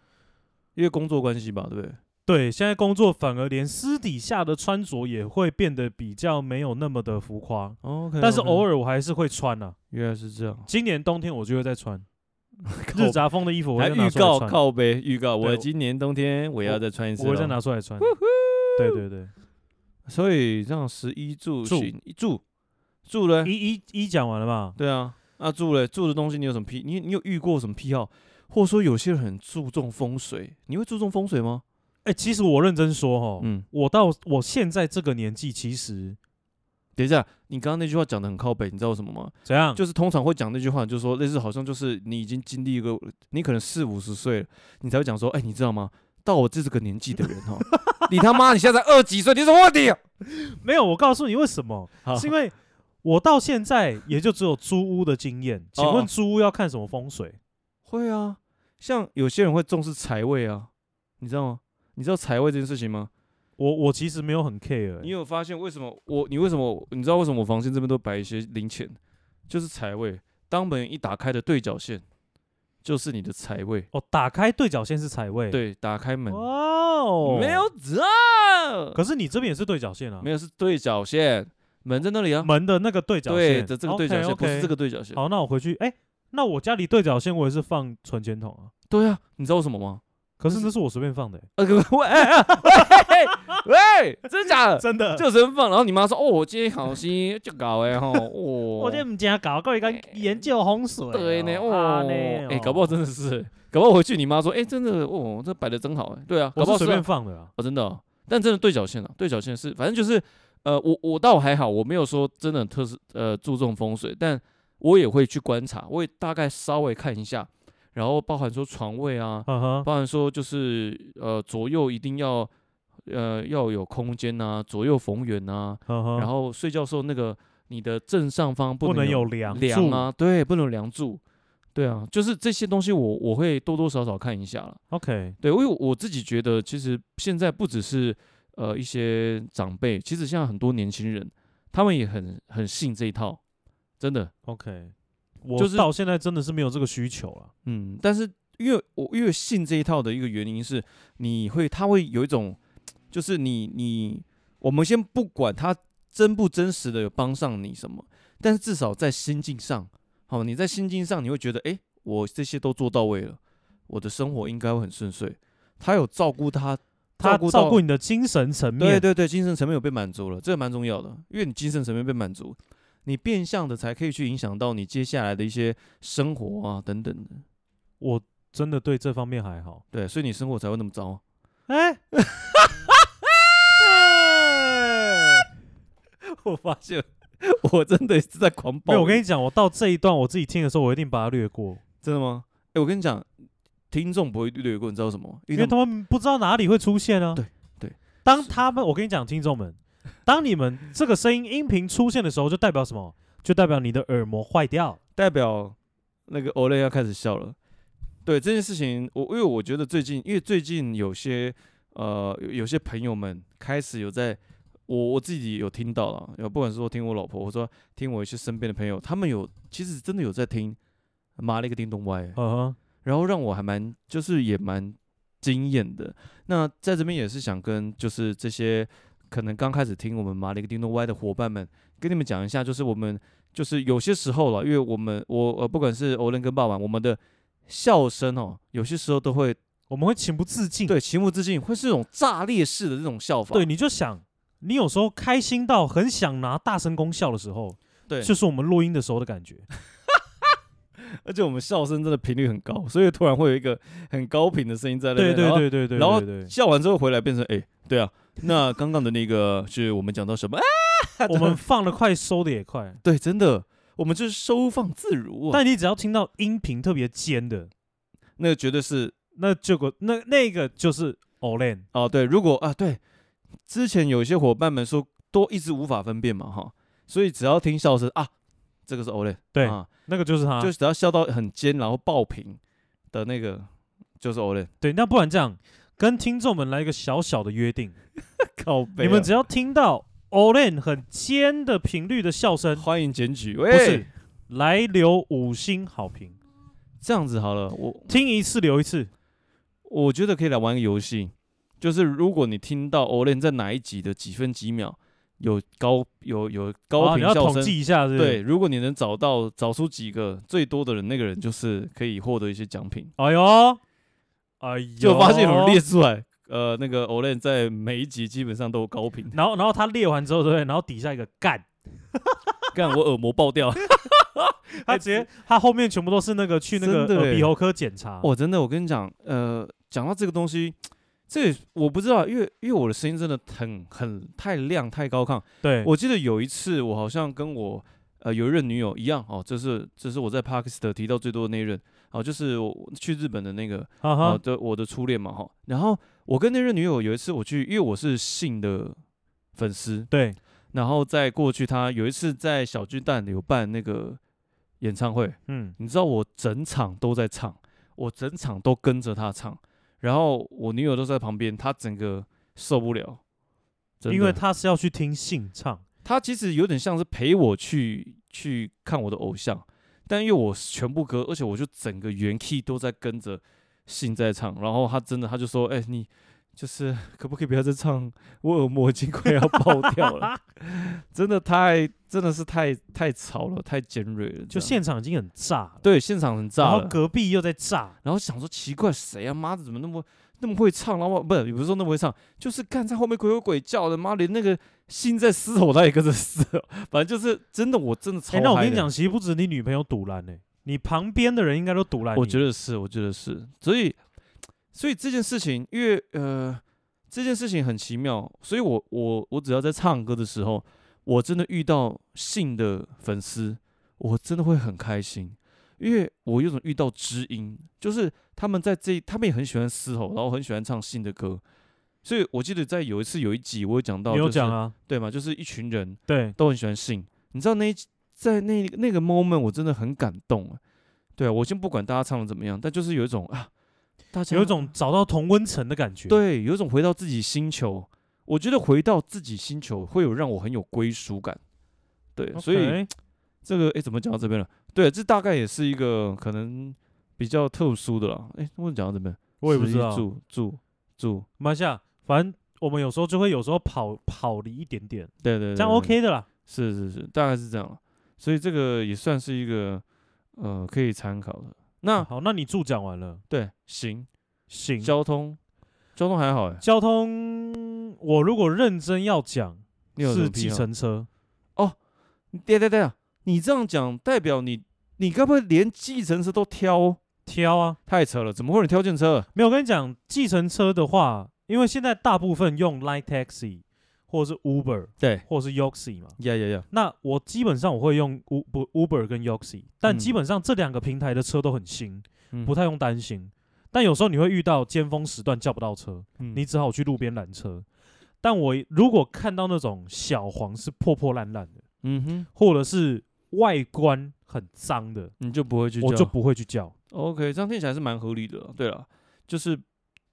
A: 因为工作关系吧，对不对？
B: 对，现在工作反而连私底下的穿着也会变得比较没有那么的浮夸，
A: 哦，
B: 但是偶
A: 尔
B: 尔我还是会穿啊。
A: 原来是这样，
B: 今年冬天我就会再穿
A: 靠
B: 日杂风的衣服，我
A: 还
B: 会再拿
A: 预
B: 出来
A: 告
B: 穿，
A: 靠呗，预告
B: 对
A: 我
B: 我
A: 今年冬天我要再穿一次
B: 我会再
A: 咯，
B: 拿出来穿。对对对，
A: 所以这样十一住
B: 住
A: 行住住嘞，
B: 一一一讲完了嘛？
A: 对啊，那住嘞住的东西你有什么癖？你你有遇过什么癖好？或者说有些人很注重风水，你会注重风水吗？
B: 哎，其实我认真说哦，
A: 嗯，
B: 我到我现在这个年纪，其实
A: 等一下，你刚刚那句话讲的很靠北，你知道为什么吗？
B: 怎样？
A: 就是通常会讲那句话，就是说类似好像就是你已经经历一个，你可能四五十岁了，你才会讲说，哎、你知道吗？到我这个年纪的人 哈，你他妈你现在才二十几岁，你什么问题？
B: 没有，我告诉你为什么。
A: 好
B: 是因为我到现在也就只有租屋的经验。
A: 哦
B: 请问租屋要看什么风水？
A: 会啊，像有些人会重视财位啊，你知道吗？你知道财位这件事情吗？
B: 我我其实没有很 care，欸、
A: 你有发现为什么我你为什么你知道为什么我房间这边都摆一些零钱？就是财位，当门一打开的对角线就是你的财位。
B: 哦，打开对角线是财位。，
A: 对，打开门
B: 哇，哦，
A: 没。有这，
B: 可是你这边也是对角线啊
A: 没，有是对角线，门在那里啊。
B: 门的那个对角
A: 对
B: 线
A: 的，这个对角线
B: OK，OK
A: 不是这个对角线。
B: 好，那我回去，哎、那我家里对角线我也是放存钱筒啊。
A: 对啊，你知道为什么吗？
B: 可是那是我随便放的欸、
A: 呃， 喂哎哎喂，喂真的假的？
B: 真的。
A: 就人放，然后你妈说：“哦，我今天好心就搞哎吼，哦，我
B: 我这唔加搞，搞一个研究风水哦、
A: 对呢，哦，
B: 啊呢
A: 哎，搞不好真的是，搞不好回去你妈说，哎，真的哦，这摆的真好哎，对啊，搞
B: 我
A: 不好
B: 是
A: 是
B: 随
A: 啊
B: 便放的啊。
A: 哦，真的哦，但真的对角线啊，对角线是，反正就是，呃，我我倒还好，我没有说真的很特殊，呃，注重风水，但我也会去观察，我也大概稍微看一下，然后包含说床位啊，
B: 嗯哼，
A: 包含说就是呃左右一定要呃要有空间啊，左右逢源啊，
B: 嗯哼，
A: 然后睡觉时候那个你的正上方
B: 不
A: 能
B: 能有梁
A: 梁
B: 柱
A: 啊，对，不能有梁柱，对啊，就是这些东西我我会多多少少看一下了。
B: ，OK，
A: 对，因为我自己觉得，其实现在不只是呃一些长辈，其实现在很多年轻人，他们也很很信这一套，真的。
B: OK，我
A: 就是
B: 到现在真的是没有这个需求了。
A: 嗯，但是越我越信这一套的一个原因是，你会他会有一种，就是你你我们先不管他真不真实的有帮上你什么，但是至少在心境上，好、你在心境上你会觉得，诶，我这些都做到位了，我的生活应该会很顺遂。他有照顾他。
B: 他
A: 顾
B: 照
A: 到
B: 顾你的精神层
A: 对
B: 面，
A: 对对，精神层面有被满足了，这个蛮重要的，因为你精神层面被满足，你变相的才可以去影响到你接下来的一些生活啊等等的。
B: 我真的对这方面还好。
A: 对，所以你生活才会那么糟啊。
B: 哎、
A: 我发现 我真的是在狂
B: 没
A: 暴。欸
B: 有，我跟你讲，我到这一段我自己听的时候，我一定把它略过，
A: 真的吗？哎、我跟你讲，听众不会略过，你知道什么吗？因
B: 因
A: 为
B: 为
A: 他们
B: 他们不知道哪里会出现啊。
A: 对对，
B: 当他们，我跟你讲，听众们，当你们这个声音音频出现的时候，就代表什么？就代表你的耳膜坏掉。
A: 代表那个 Olay 要开始笑了。对这件事情，我因为我觉得最近，因为最近有些呃有有些朋友们开始有在，我我自己有听到了，有不管是说听我老婆，或者说听我一些身边的朋友，他们有其实真的有在听，妈了个叮咚歪、欸
B: 嗯哼，
A: 然后让我还蛮就是也蛮惊艳的。那在这边也是想跟就是这些可能刚开始听我们马里克叮咚歪的伙伴们，跟你们讲一下，就是我们就是有些时候了，因为我们我呃不管是欧伦跟爸爸，我们的笑声哦，有些时候都会
B: 我们会情不自禁。
A: 对情不自禁会是一种炸裂式的这种笑法，
B: 对，你就想，你有时候开心到很想拿大声功笑的时候，
A: 对，
B: 就是我们录音的时候的感觉。
A: 而且我们笑声真的频率很高，所以突然会有一个很高频的声音在那
B: 对
A: 边。
B: 对
A: 然后
B: 对对对，
A: 然后
B: 对对
A: 笑完之后回来变成哎、对啊，那刚刚的那个是我们讲到什么？啊，
B: 我们放的快，收的也快，
A: 对，真的，我们就是收放自如、啊。
B: 但你只要听到音频特别尖的，
A: 那个绝对是
B: 那结果那那个就是 Olen，
A: 哦，对，如果啊，对，之前有一些伙伴们说都一直无法分辨嘛，哈，所以只要听笑声啊，这个是 Olay，
B: 对，
A: 啊，
B: 那个就是他，
A: 就只要笑到很尖，然后爆屏的那个就是 E Olay，
B: 对。那不然这样，跟听众们来一个小小的约定，
A: 靠背啊、
B: 你们只要听到 Olen 很尖的频率的笑声，
A: 欢迎检举，
B: 不
A: 喂，
B: 是来留五星好评，
A: 这样子好了，我
B: 听一次留一次。
A: 我觉得可以来玩个游戏，就是如果你听到 Olay 在哪一集的几分几秒有高有有高
B: 啊
A: 频
B: 你要
A: 笑
B: 统
A: 声。
B: 计一下，是不是
A: 对，。如果你能找到找出几个最多的人，那个人就是可以获得一些奖品。
B: 哎呦，哎呦，，
A: 就发现有人列。出来，呃，那个 Olen 在每一集基本上都有高频
B: 然后，然后他列完之后，对不对？然后底下一个干，
A: 干我耳膜爆 掉。
B: 哎他直接他后面全部都是那个去那个
A: 真的
B: 耳
A: 欸
B: 鼻喉科检查。
A: 我、真的，我跟你讲，呃，讲到这个东西，这也我不知道，因为因为我的声音真的很很太亮太高亢。
B: 对，
A: 我记得有一次，我好像跟我呃有一任女友一样哦，这是这是我在 Pakistan 提到最多的那一任哦，就是我去日本的那个
B: 哈
A: 哦
B: 哈，
A: 的我的初恋嘛哈、然后我跟那任女友有一次我去，因为我是信的粉丝，
B: 对，
A: 然后再过去，他有一次在小巨蛋有办那个演唱会，
B: 嗯，
A: 你知道我整场都在唱，我整场都跟着他唱，然后我女友都在旁边，她整个受不了，真的
B: 因为他是要去听信唱，
A: 她其实有点像是陪我去去看我的偶像，但因为我全部歌，而且我就整个原 key 都在跟着信在唱，然后她真的她就说，哎、你。就是可不可以不要再唱？我耳膜已经快要爆掉了。 真的太，真的是太太吵了，太尖锐了，这
B: 就
A: 样
B: 现场已经很炸了，
A: 对现场很
B: 然
A: 炸
B: 后
A: 了。
B: 隔壁又在炸，
A: 然后想说奇怪，谁啊？妈的，怎么那么那么会唱？然后不是，也不是说那么会唱，就是干在后面鬼鬼鬼叫的，妈连那个心在嘶吼，他也跟着嘶吼。反正就是真的，我真的超、
B: 哎、那我跟你讲，，其实不止你女朋友堵拦呢、你旁边的人应该都堵拦你。
A: 我觉
B: 得
A: 得是，我觉得是，所以所以这件事情，因为呃，这件事情很奇妙，所以我我我只要在唱歌的时候，我真的遇到信的粉丝，我真的会很开心，因为我有种遇到知音，就是他们在这，他们也很喜欢嘶吼，然后很喜欢唱信的歌，所以我记得在有一次有一集我有讲到、
B: 你
A: 就是，
B: 有讲啊，
A: 对嘛，就是一群人
B: 对，
A: 都很喜欢信。你知道那一在那那个 moment，我真的很感动啊。对啊，我先不管大家唱的怎么样，但就是有一种啊，大家
B: 有一种找到同温层的感觉。，
A: 对，有一种回到自己星球。我觉得回到自己星球会有让我很有归属感。对所以这个诶，怎么讲到这边了？对，这大概也是一个可能比较特殊的啦。诶，为什么讲到这边？
B: 我也不知
A: 食衣
B: 道，
A: 住住住，
B: 马来西亚，啊反正我们有时候就会有时候跑跑离一点点，
A: 对对对，
B: 这样
A: 对
B: OK 的啦。
A: 是是是，大概是这样了。所以这个也算是一个呃可以参考的。那
B: 好，那你助讲完了，
A: 对，行，
B: 嗯行。
A: 交通，交通还好哎。
B: 交通，我如果认真要讲，
A: 你有什
B: 是
A: 么
B: 计
A: 癖好？
B: 程车。
A: 对对对啊，你这样讲代表你，你该不会连计程车都挑？
B: 挑啊，
A: 太扯了，怎么会有人挑计程车？
B: 没有我跟你讲，计程车的话，因为现在大部分用 Line Taxi 或者是 Uber
A: 对，
B: 或者是 Yoxi 嘛，
A: 呀呀呀，
B: 那我基本上我会用 U Uber 跟 Yoxi，但
A: 嗯
B: 基本上这两个平台的车都很新，
A: 嗯
B: 不太用担心。但有时候你会遇到尖峰时段叫不到车，
A: 嗯
B: 你只好去路边拦车。但我如果看到那种小黄是破破烂烂的，
A: 嗯哼，
B: 或者是外观很脏的，
A: 你就不会去
B: 我
A: 叫
B: 就不会去叫。
A: OK，这样听起来是蛮合理的啦。对了，就是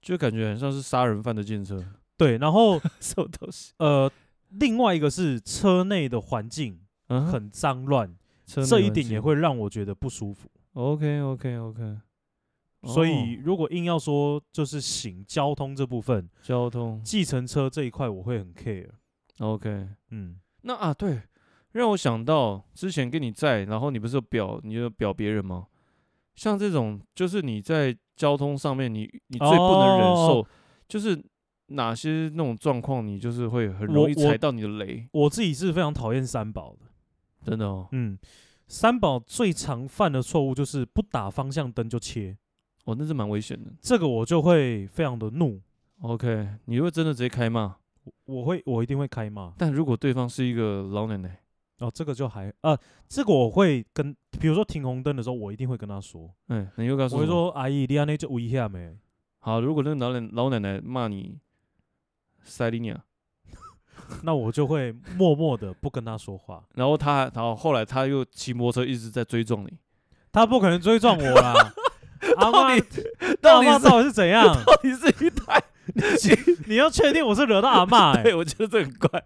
A: 就感觉很像是杀人犯的计程车，
B: 对，然后
A: 什么东西？
B: 呃，另外一个是车内的环境
A: 嗯哼，
B: 很脏乱，
A: 车内
B: 这一
A: 环
B: 点
A: 境
B: 也会让我觉得不舒服。
A: OK OK OK，哦
B: 所以如果硬要说就是行交通这部分，
A: 交通
B: 计程车这一块我会很 care。
A: OK，
B: 嗯，
A: 那啊，对，让我想到之前跟你在，然后你不是有表，你有表别人吗？像这种，就是你在交通上面你，你最不能忍受，
B: 哦
A: 就是哪些那种状况，你就是会很
B: 我
A: 容易
B: 我
A: 踩到你的雷，
B: 我自己是非常讨厌三宝的。
A: 真的哦。
B: 嗯，三宝最常犯的错误就是不打方向灯就切，
A: 哦，那是蛮危险的。
B: 这个我就会非常的怒，
A: OK，你如果真的直接开骂，
B: 我我会我一定会开骂。
A: 但如果对方是一个老奶奶，
B: 哦，这个就还呃，这个我会跟，比如说停红灯的时候，我一定会跟他说，
A: 哎、你又告诉
B: 我会
A: 我
B: 说阿姨，你安内就危险没？
A: 好，如果那个老奶老奶奶骂你塞利尼亚，
B: 那我就会默默的不跟他说话，
A: 然后他还，然后后来他又骑摩托车一直在追撞你，
B: 他不可能追撞我 啦。阿妈，
A: 到底
B: 阿嬷
A: 是
B: 到底是怎样？
A: 到底是一台？
B: 你要确定我是惹到阿妈、欸
A: 对，？我觉得这很怪，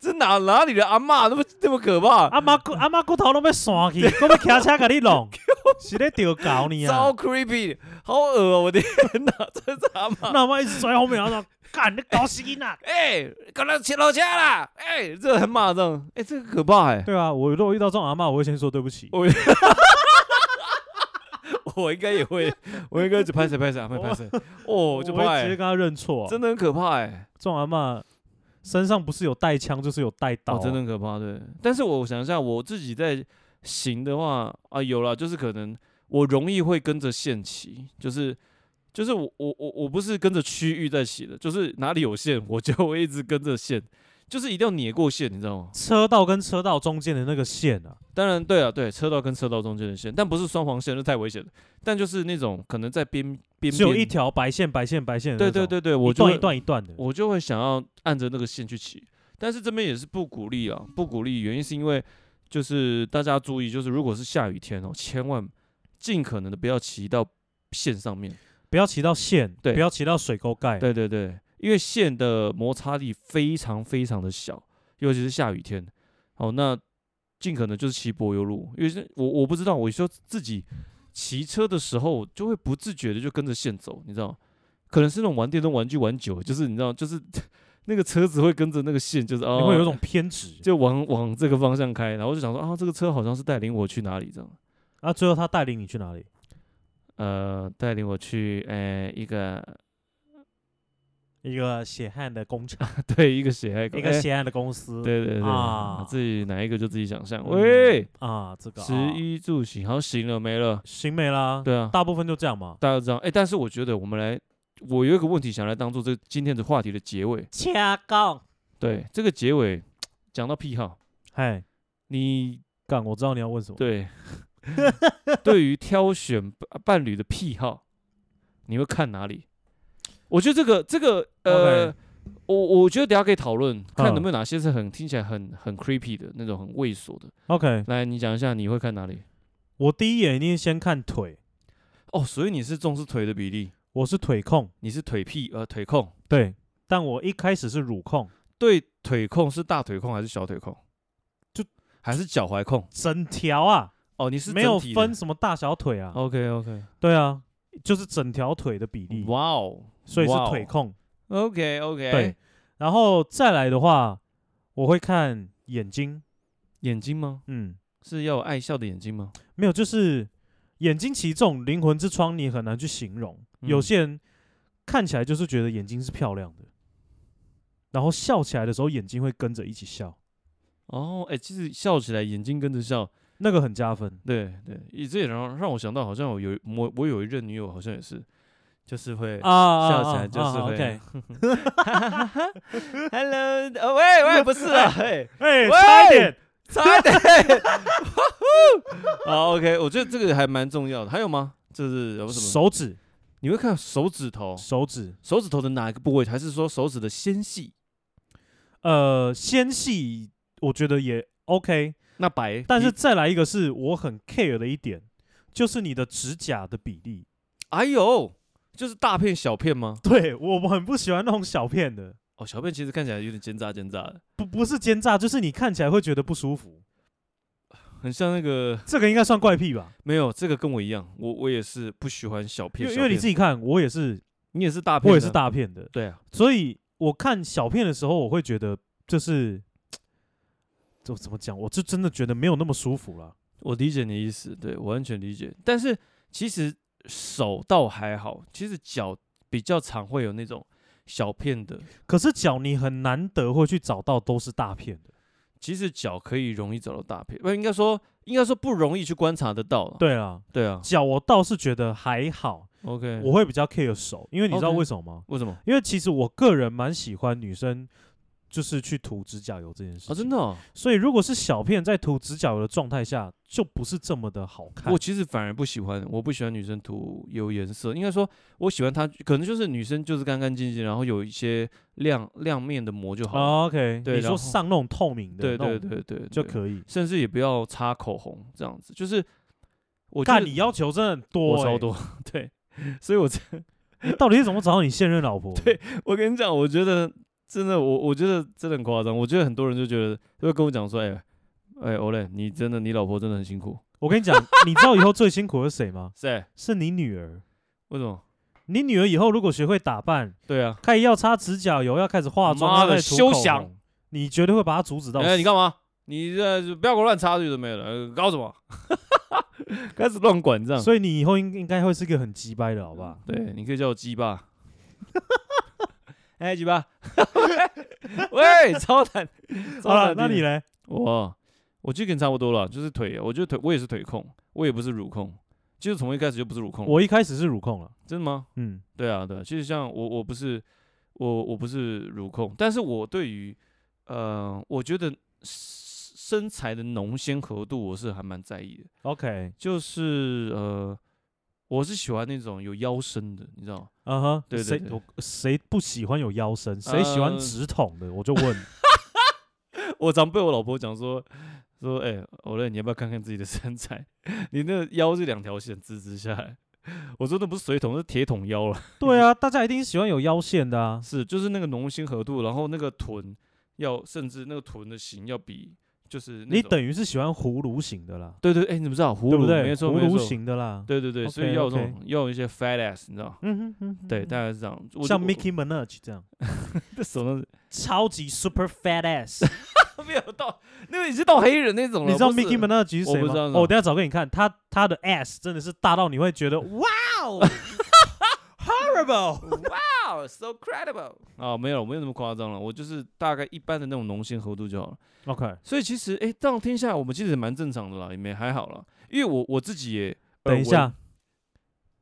A: 这哪哪里的阿嬷那么那么可怕？
B: 阿妈骨阿妈骨头都被散去，我要骑车给你弄，是咧丢搞你啊
A: 超！creepy，好恶哦、我的天哪，这是阿嬷。
B: 那我一直追后面，然后说干你搞 死囡啊！
A: 哎、搞到骑楼下啦！哎、这很骂这样，哎、这个可怕哎、
B: 对啊，我如果遇到这种阿妈，我会先说对不起，
A: 我我应该也会，我应该只拍谁拍谁，拍拍谁。哦，我就
B: 会
A: 怕、
B: 直接
A: 欸，
B: 跟他认错、啊。
A: 真的很可怕哎、
B: 这种阿妈身上不是有带枪，就是有带刀、啊
A: 哦，真的很可怕，对。但是我想一下，我自己在行的话啊，有啦，就是可能我容易会跟着限期，就是就是我我我我不是跟着区域在骑的，就是哪里有线我就会一直跟着线，就是一定要碾过线，你知道吗？
B: 车道跟车道中间的那个线啊，
A: 当然，对啊，对，车道跟车道中间的线，但不是双黄线，这太危险了。但就是那种可能在边边边，
B: 只有一条白线，白线，白线。
A: 对对，对对，我
B: 一
A: 就
B: 段
A: 会
B: 一段一段的。
A: 我就会想要按着那个线去骑。但是这边也是不鼓励啊，不鼓励，原因是因为就是大家注意，就是如果是下雨天哦，千万尽可能的不要骑到线上面。
B: 不要骑到线，
A: 对
B: 不要骑到水沟盖。
A: 对对对，因为线的摩擦力非常非常的小，尤其是下雨天。哦，那尽可能就是骑柏油路，因为是我我不知道，我说自己骑车的时候就会不自觉的就跟着线走，你知道，可能是那种玩电动玩具玩久了，就是你知道，就是 那个车子会跟着那个线，就是哦，
B: 你会有一种偏执。
A: 就往往这个方向开，然后就想说啊，这个车好像是带领我去哪里这样。
B: 那最后他带领你去哪里？
A: 呃，带领我去，呃，一个
B: 一个血汗的工 厂，
A: 对一个血爱狗，
B: 一个
A: 哎
B: 血汗的公司。
A: 对对对，
B: 啊
A: 自己哪一个就自己想象。
B: 嗯
A: 喂，
B: 啊，这个啊
A: 食衣住行，好行了没了。
B: 行没啦。
A: 对啊，
B: 大部分就这样嘛。
A: 大家都知道。哎，但是我觉得我们来，我有一个问题想来当做这今天的话题的结尾。
B: 掐杠。
A: 对，这个结尾讲到癖好，
B: 嗨，
A: 你
B: 杠，我知道你要问什么。
A: 对对于挑选伴伴侣的癖好，你会看哪里？我觉得这个这个呃
B: OK
A: 我我觉得等一下可以讨论，看
B: 嗯
A: 能不能哪些是很听起来很很 creepy 的那种很猥琐的。
B: OK，
A: 来，你讲一下你会看哪里？
B: 我第一眼一定先看腿，
A: 哦，所以你是重视腿的比例，
B: 我是腿控，
A: 你是腿屁呃腿控，
B: 对，但我一开始是乳控，
A: 对腿控是大腿控还是小腿控？就还是脚踝控？
B: 整条啊，
A: 哦，你是
B: 没有
A: 整体的
B: 分。什么大小腿啊，
A: OK OK，
B: 对啊，就是整条腿的比例，
A: 哇哦
B: 所以是
A: 哇哦
B: 腿控，
A: ，OK OK，
B: 对，，然后再来的话，我会看眼睛，
A: 眼睛吗？
B: 嗯，
A: 是要有爱笑的眼睛吗？
B: 没有，就是眼睛其实这种灵魂之窗你很难去形容，有
A: 嗯
B: 些人看起来就是觉得眼睛是漂亮的，然后笑起来的时候眼睛会跟着一起笑，
A: 哦，哎、其实笑起来眼睛跟着笑，
B: 那个很加分，
A: 对对，以这也让让我想到，好像我有我我有一任女友，好像也是，就是会
B: 啊啊
A: 笑起
B: 啊
A: 来就
B: 啊
A: 是会
B: OK，
A: ，Hello，呃喂喂，不是啊，嘿，
B: 哎，
A: 喂
B: 差一点，
A: 差一点， 好 OK，我觉得这个还蛮重要的。还有吗？就是有什么？
B: 手指，
A: 你会看手指头，
B: 手指，
A: 手指头的哪一个部位？还是说手指的纤细？
B: 呃，纤细，我觉得也 OK，
A: 那白，
B: 但是
A: 比
B: 再来一个是我很 care 的一点，就是你的指甲的比例。
A: 哎呦，就是大片小片吗？
B: 对我很不喜欢那种小片的，
A: 哦，小片其实看起来有点奸诈奸诈的，
B: 不不是奸诈，就是你看起来会觉得不舒服。
A: 很像那个
B: 这个应该算怪癖吧？
A: 没有，这个跟我一样，我我也是不喜欢小
B: 因
A: 片，
B: 为因
A: 小
B: 为你
A: 片
B: 自己看，我也是，
A: 你也是大片，啊
B: 我也是，大片的，
A: 对啊，
B: 所以我看小片的时候，我会觉得就是，就怎么讲，我就真的觉得没有那么舒服了。
A: 我理解你的意思，对我完全理解。但是其实手倒还好，其实脚比较常会有那种小片的，
B: 可是脚你很难得会去找到都是大片的，
A: 其实脚可以容易找到大片，不应该说应该说不容易去观察得到了。
B: 对啊，
A: 对啊
B: 脚我倒是觉得还好，
A: ，OK，
B: 我会比较 care 手，因为你知道
A: 嗯 OK
B: 为什么吗？
A: 为什么
B: 因为其实我个人蛮喜欢女生就是去涂指甲油这件事情。
A: 啊？真的哦、
B: 所以如果是小片在涂指甲油的状态下，就不是这么的好看
A: 我。其实反而不喜欢，我不喜欢女生涂有颜色。应该说，我喜欢她，可能就是女生就是干干净净，然后有一些亮亮面的膜就好了。
B: 啊 OK，
A: 对
B: 你
A: 然
B: 说
A: 后
B: 上那种透明的，
A: 对对，对对，
B: 就
A: 对
B: 可以。
A: 甚至也不要擦口红这样子，就是我觉
B: 干，
A: 得
B: 你要求真的很多、
A: 我
B: 欸，
A: 超多， 对，所以我这
B: 你到底是怎么找到你现任老婆？对，
A: 我跟你讲，我觉得真的，我我觉得真的很夸张，我觉得很多人就觉得就会跟我讲说，哎哎欧嘞，你真的你老婆真的很辛苦，
B: 我跟你讲，你知道以后最辛苦的是谁吗？
A: 谁？
B: 是你女儿。
A: 为什么？
B: 你女儿以后如果学会打扮，
A: 对啊，
B: 开始要擦指甲油，要开始化妆，
A: 妈
B: 要
A: 的
B: 开始涂口
A: 休想
B: 红，你绝对会把她阻止到死。
A: 哎、你干嘛？你这不要给我乱插嘴，就没有了，呃搞什么？ 开始乱管这样，
B: 所以你以后应应该会是一个很鸡掰的，好吧？
A: 对，你可以叫我鸡巴。 哎，鸡巴， 喂，超难，超
B: 好
A: 难听的。
B: 了，那你嘞？
A: 我我就跟你差不多了，就是腿，我觉得腿，我也是腿控，我也不是乳控，就是从一开始就不是乳控。
B: 嗯我一开始是乳控了，
A: 真的吗？
B: 嗯，
A: 对啊，对啊，其实像我，我不是我，我不是乳控，但是我对于呃，我觉得身材的浓鲜合度，我是还蛮在意的。
B: OK，
A: 就是呃，我是喜欢那种有腰身的，你知道吗？
B: 嗯哼，
A: 对对
B: 谁
A: 对
B: 我谁不喜欢有腰身？谁喜欢
A: 呃
B: 直筒的？ 我就问，
A: 我常被我老婆讲说说，哎、欧乐，你要不要看看自己的身材？ 你那个腰是两条线直直下来。我说那不是水桶，是铁桶腰了。
B: 对啊，大家一定喜欢有腰线的啊。
A: 是，就是那个浓心合度，然后那个臀要，甚至那个臀的型要比就是那
B: 你
A: 种
B: 等于是喜欢葫芦型的啦，
A: 对对，哎、你怎么知道？葫
B: 对
A: 芦
B: 不对？
A: 没错，
B: 葫
A: 没错。
B: 芦型的啦。
A: 对对对所以
B: OK，
A: 要有这
B: OK
A: 种要有一些 fat ass，你知道？
B: 嗯哼嗯哼，
A: 对，大
B: 嗯
A: 概是这样。我
B: 哼像
A: 我
B: Mickey Minaj 这样，
A: 这什么？
B: 超级 super fat ass。
A: 没有到，那个已经到黑人那种了。
B: 你知
A: 不
B: 道
A: 是
B: Mickey Minaj 是
A: 我
B: 谁
A: 不
B: 吗
A: 知道是？谁
B: 哦，我等一下找给你看，他他的 ass 真的是大到你会觉得哇 哦，horrible。
A: Wow,，Oh, so credible！啊，没有，没有那么夸张了，我就是大概一般的那种浓鲜厚度就好了。
B: OK，
A: 所以其实，哎、这样听下来，我们其实也蛮正常的啦，也没还好啦。因为我我自己也耳
B: 等一
A: 闻
B: 下，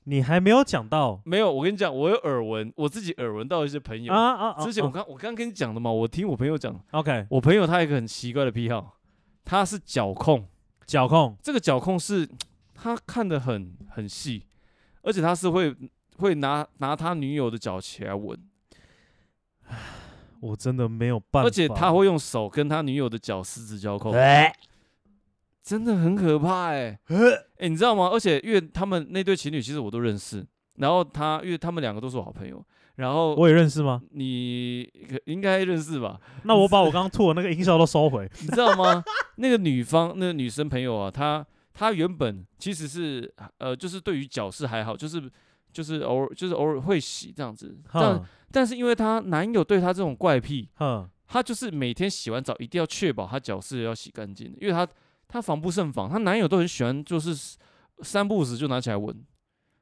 B: 你还没有讲到
A: 没有，我跟你讲，我有耳闻，我自己耳闻到一些朋友。
B: 啊啊啊！
A: 之前我
B: 啊
A: 刚、我刚跟你讲的嘛，我听我朋友讲，
B: OK
A: 我朋友他有一个很奇怪的癖好，他是脚控，
B: 脚控，
A: 这个脚控是他看得很很细，而且他是会会拿拿他女友的脚起来闻，
B: 我真的没有办法。
A: 而且他会用手跟他女友的脚十指交扣。
B: 哎，
A: 真的很可怕哎、欸！你知道吗？而且因为他们那对情侣，其实我都认识。然后他，因为他们两个都是我好朋友。然后
B: 我也认识吗？
A: 你可应该认识吧？
B: 那我把我刚刚吐的那个音效都收 回。
A: 你知道吗？那个女方，那个女生朋友啊，她她原本其实是呃，就是对于脚是还好，就是就是偶尔就是偶尔会洗这样子。但
B: 哼
A: 但是因为她男友对她这种怪癖，
B: 哼，
A: 她就是每天洗完澡一定要确保她脚是要洗干净的，因为她她防不胜防，她男友都很喜欢，就是三不五时就拿起来闻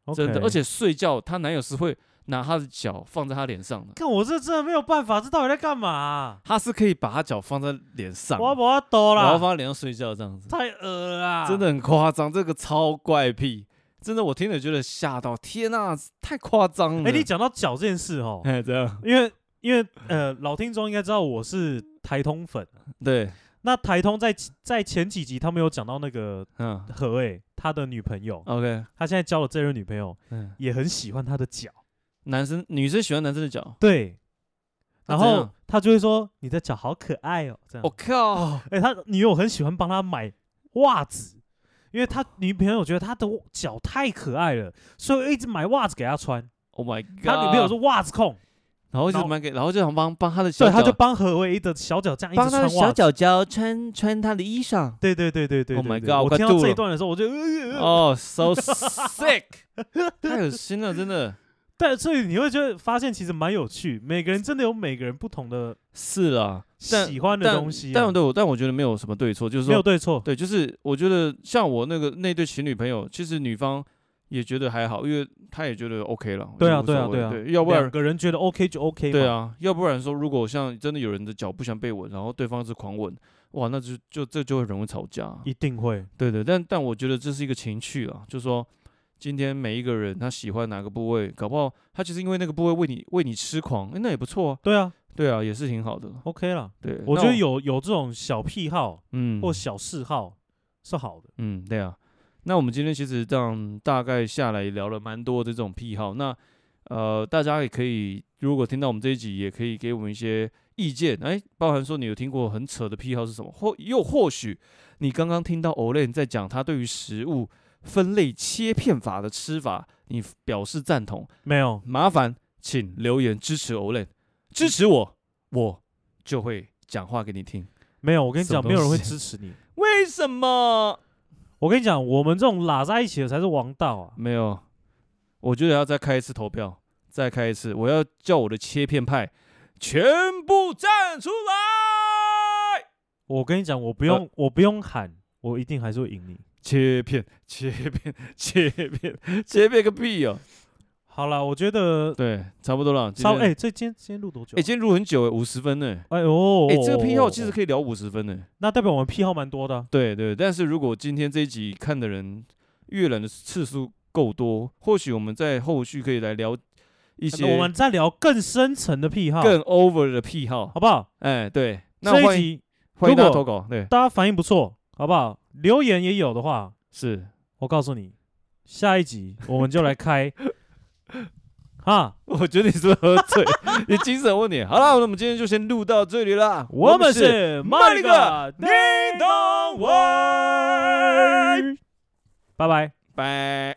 B: OK
A: 真的，而且睡觉她男友是会拿她的脚放在她脸上的，
B: 看我这真的没有办法，这到底在干嘛啊、
A: 她是可以把她脚放在脸上，
B: 我要把它抖
A: 我要
B: 啦，
A: 放在脸上睡觉这样子，
B: 太恶了啦，
A: 真的很夸张，这个超怪癖，真的我听了觉得吓到，天呐、太夸张了，
B: 哎、你讲到脚这件事哦，
A: 哎这样
B: 因为因为呃，老听众应该知道我是台通粉。
A: 对，
B: 那台通在在前几集他们有讲到那个
A: 嗯
B: 何诶、他的女朋友，
A: ，OK，
B: 他现在交了这任女朋友，
A: 嗯，
B: 也很喜欢他的脚，
A: 男生女生喜欢男生的脚，
B: 对，
A: 那
B: 然
A: 怎
B: 后
A: 样
B: 他就会说你的脚好可爱哦，这样
A: 我、。靠，
B: 哎、他女友很喜欢帮他买袜子，因为他女朋友觉得他的脚太可爱了，所以一直买袜子给他穿。
A: Oh my god！
B: 他女朋友是袜子控，
A: 然后
B: 然
A: 就
B: 后
A: 蛮给，然后就想帮帮他的小
B: 对，
A: 脚，
B: 他就帮何为一的小脚这样一直
A: 帮他
B: 穿
A: 的
B: 袜
A: 小
B: 子。
A: 脚脚穿穿他的衣 裳。
B: 对对对对对
A: Oh
B: 对
A: my
B: 对
A: god，我
B: 我
A: 快
B: 听到
A: 吐
B: 这一
A: 了
B: 段的时候，我就、呃
A: 哦、s o sick，太恶心了，真的
B: 对，所以你会觉得发现其实蛮有趣，每个人真的有每个人不同的
A: 是啦。但
B: 喜欢的
A: 但
B: 东西啊、
A: 但对我，但我觉得没有什么对错，就是
B: 没有
A: 说，
B: 对错，
A: 对，就是我觉得像我那个那对情侣朋友，其实女方也觉得还好，因为她也觉得 OK 了。
B: 对啊
A: 我觉得无所
B: 对啊
A: 谓
B: 对啊
A: 对，要不
B: 两
A: 然。啊
B: 个人觉得 OK 就 OK 嘛。
A: 对啊，要不然说，如果像真的有人的脚不想被吻，然后对方是狂吻，哇，那就就这就会容易吵架啊、
B: 一定会。
A: 对对，但但我觉得这是一个情趣啊，就说今天每一个人他喜欢哪个部位，搞不好他就是因为那个部位为你为你痴狂，诶那也不错啊。
B: 对啊
A: 对啊，也是挺好的。
B: ，OK 啦。
A: 对，
B: 我
A: 那
B: 觉得，有有这种小癖好
A: 嗯，
B: 或小嗜好是好的。
A: 嗯，对啊。那我们今天其实这样大概下来聊了蛮多的这种癖好，那呃，大家也可以如果听到我们这一集，也可以给我们一些意见，哎，包含说你有听过很扯的癖好是什么，或又或许你刚刚听到 Olen 在讲他对于食物分类切片法的吃法，你表示赞同，
B: 没有，
A: 麻烦请留言支持 Olen，支持我，我就会讲话给你听。
B: 没有，我跟你
A: 什么
B: 讲，没有人会
A: 东西
B: 支持你。
A: 为什么？
B: 我跟你讲，我们这种拉在一起的才是王道啊！
A: 没有，我觉得要再开一次投票，再开一次，我要叫我的切片派全部站出来！
B: 我跟你讲，我不用，
A: 呃
B: 我不用喊，我一定还是会赢你。
A: 切片，切片，切片，切片个屁哦！
B: 好啦，我觉得
A: 对，差不多了。今
B: 稍
A: 天
B: 哎、这今天今天录多久啊
A: 哎，？今天录很久哎，五十分呢。
B: 哎呦，
A: 哎，这个癖好其实
B: 以，
A: 可以聊五十分呢。
B: 那代表我们癖好蛮多的啊、
A: 对对，但是如果今天这一集看的人阅览的次数够多，或许我们在后续可以来聊一些
B: 那我们再聊更深层的癖好，
A: 更 over 的癖好
B: 好。不好？
A: 哎，对，那
B: 这
A: 欢
B: 一
A: 迎
B: 集
A: 欢迎大家
B: 如
A: 投
B: 果
A: 稿，对，
B: 大家反应不错，好不好？留言也有的话，
A: 是
B: 我告诉你，下一集我们就来 开哈，
A: 我觉得你是不是喝醉？ 你精神有问题。好了，那我们今天就先录到这里啦。
B: 我们是
A: 麦力
B: 麦
A: 哥
B: 哥，
A: 叮咚外，
B: 拜拜。
A: 拜。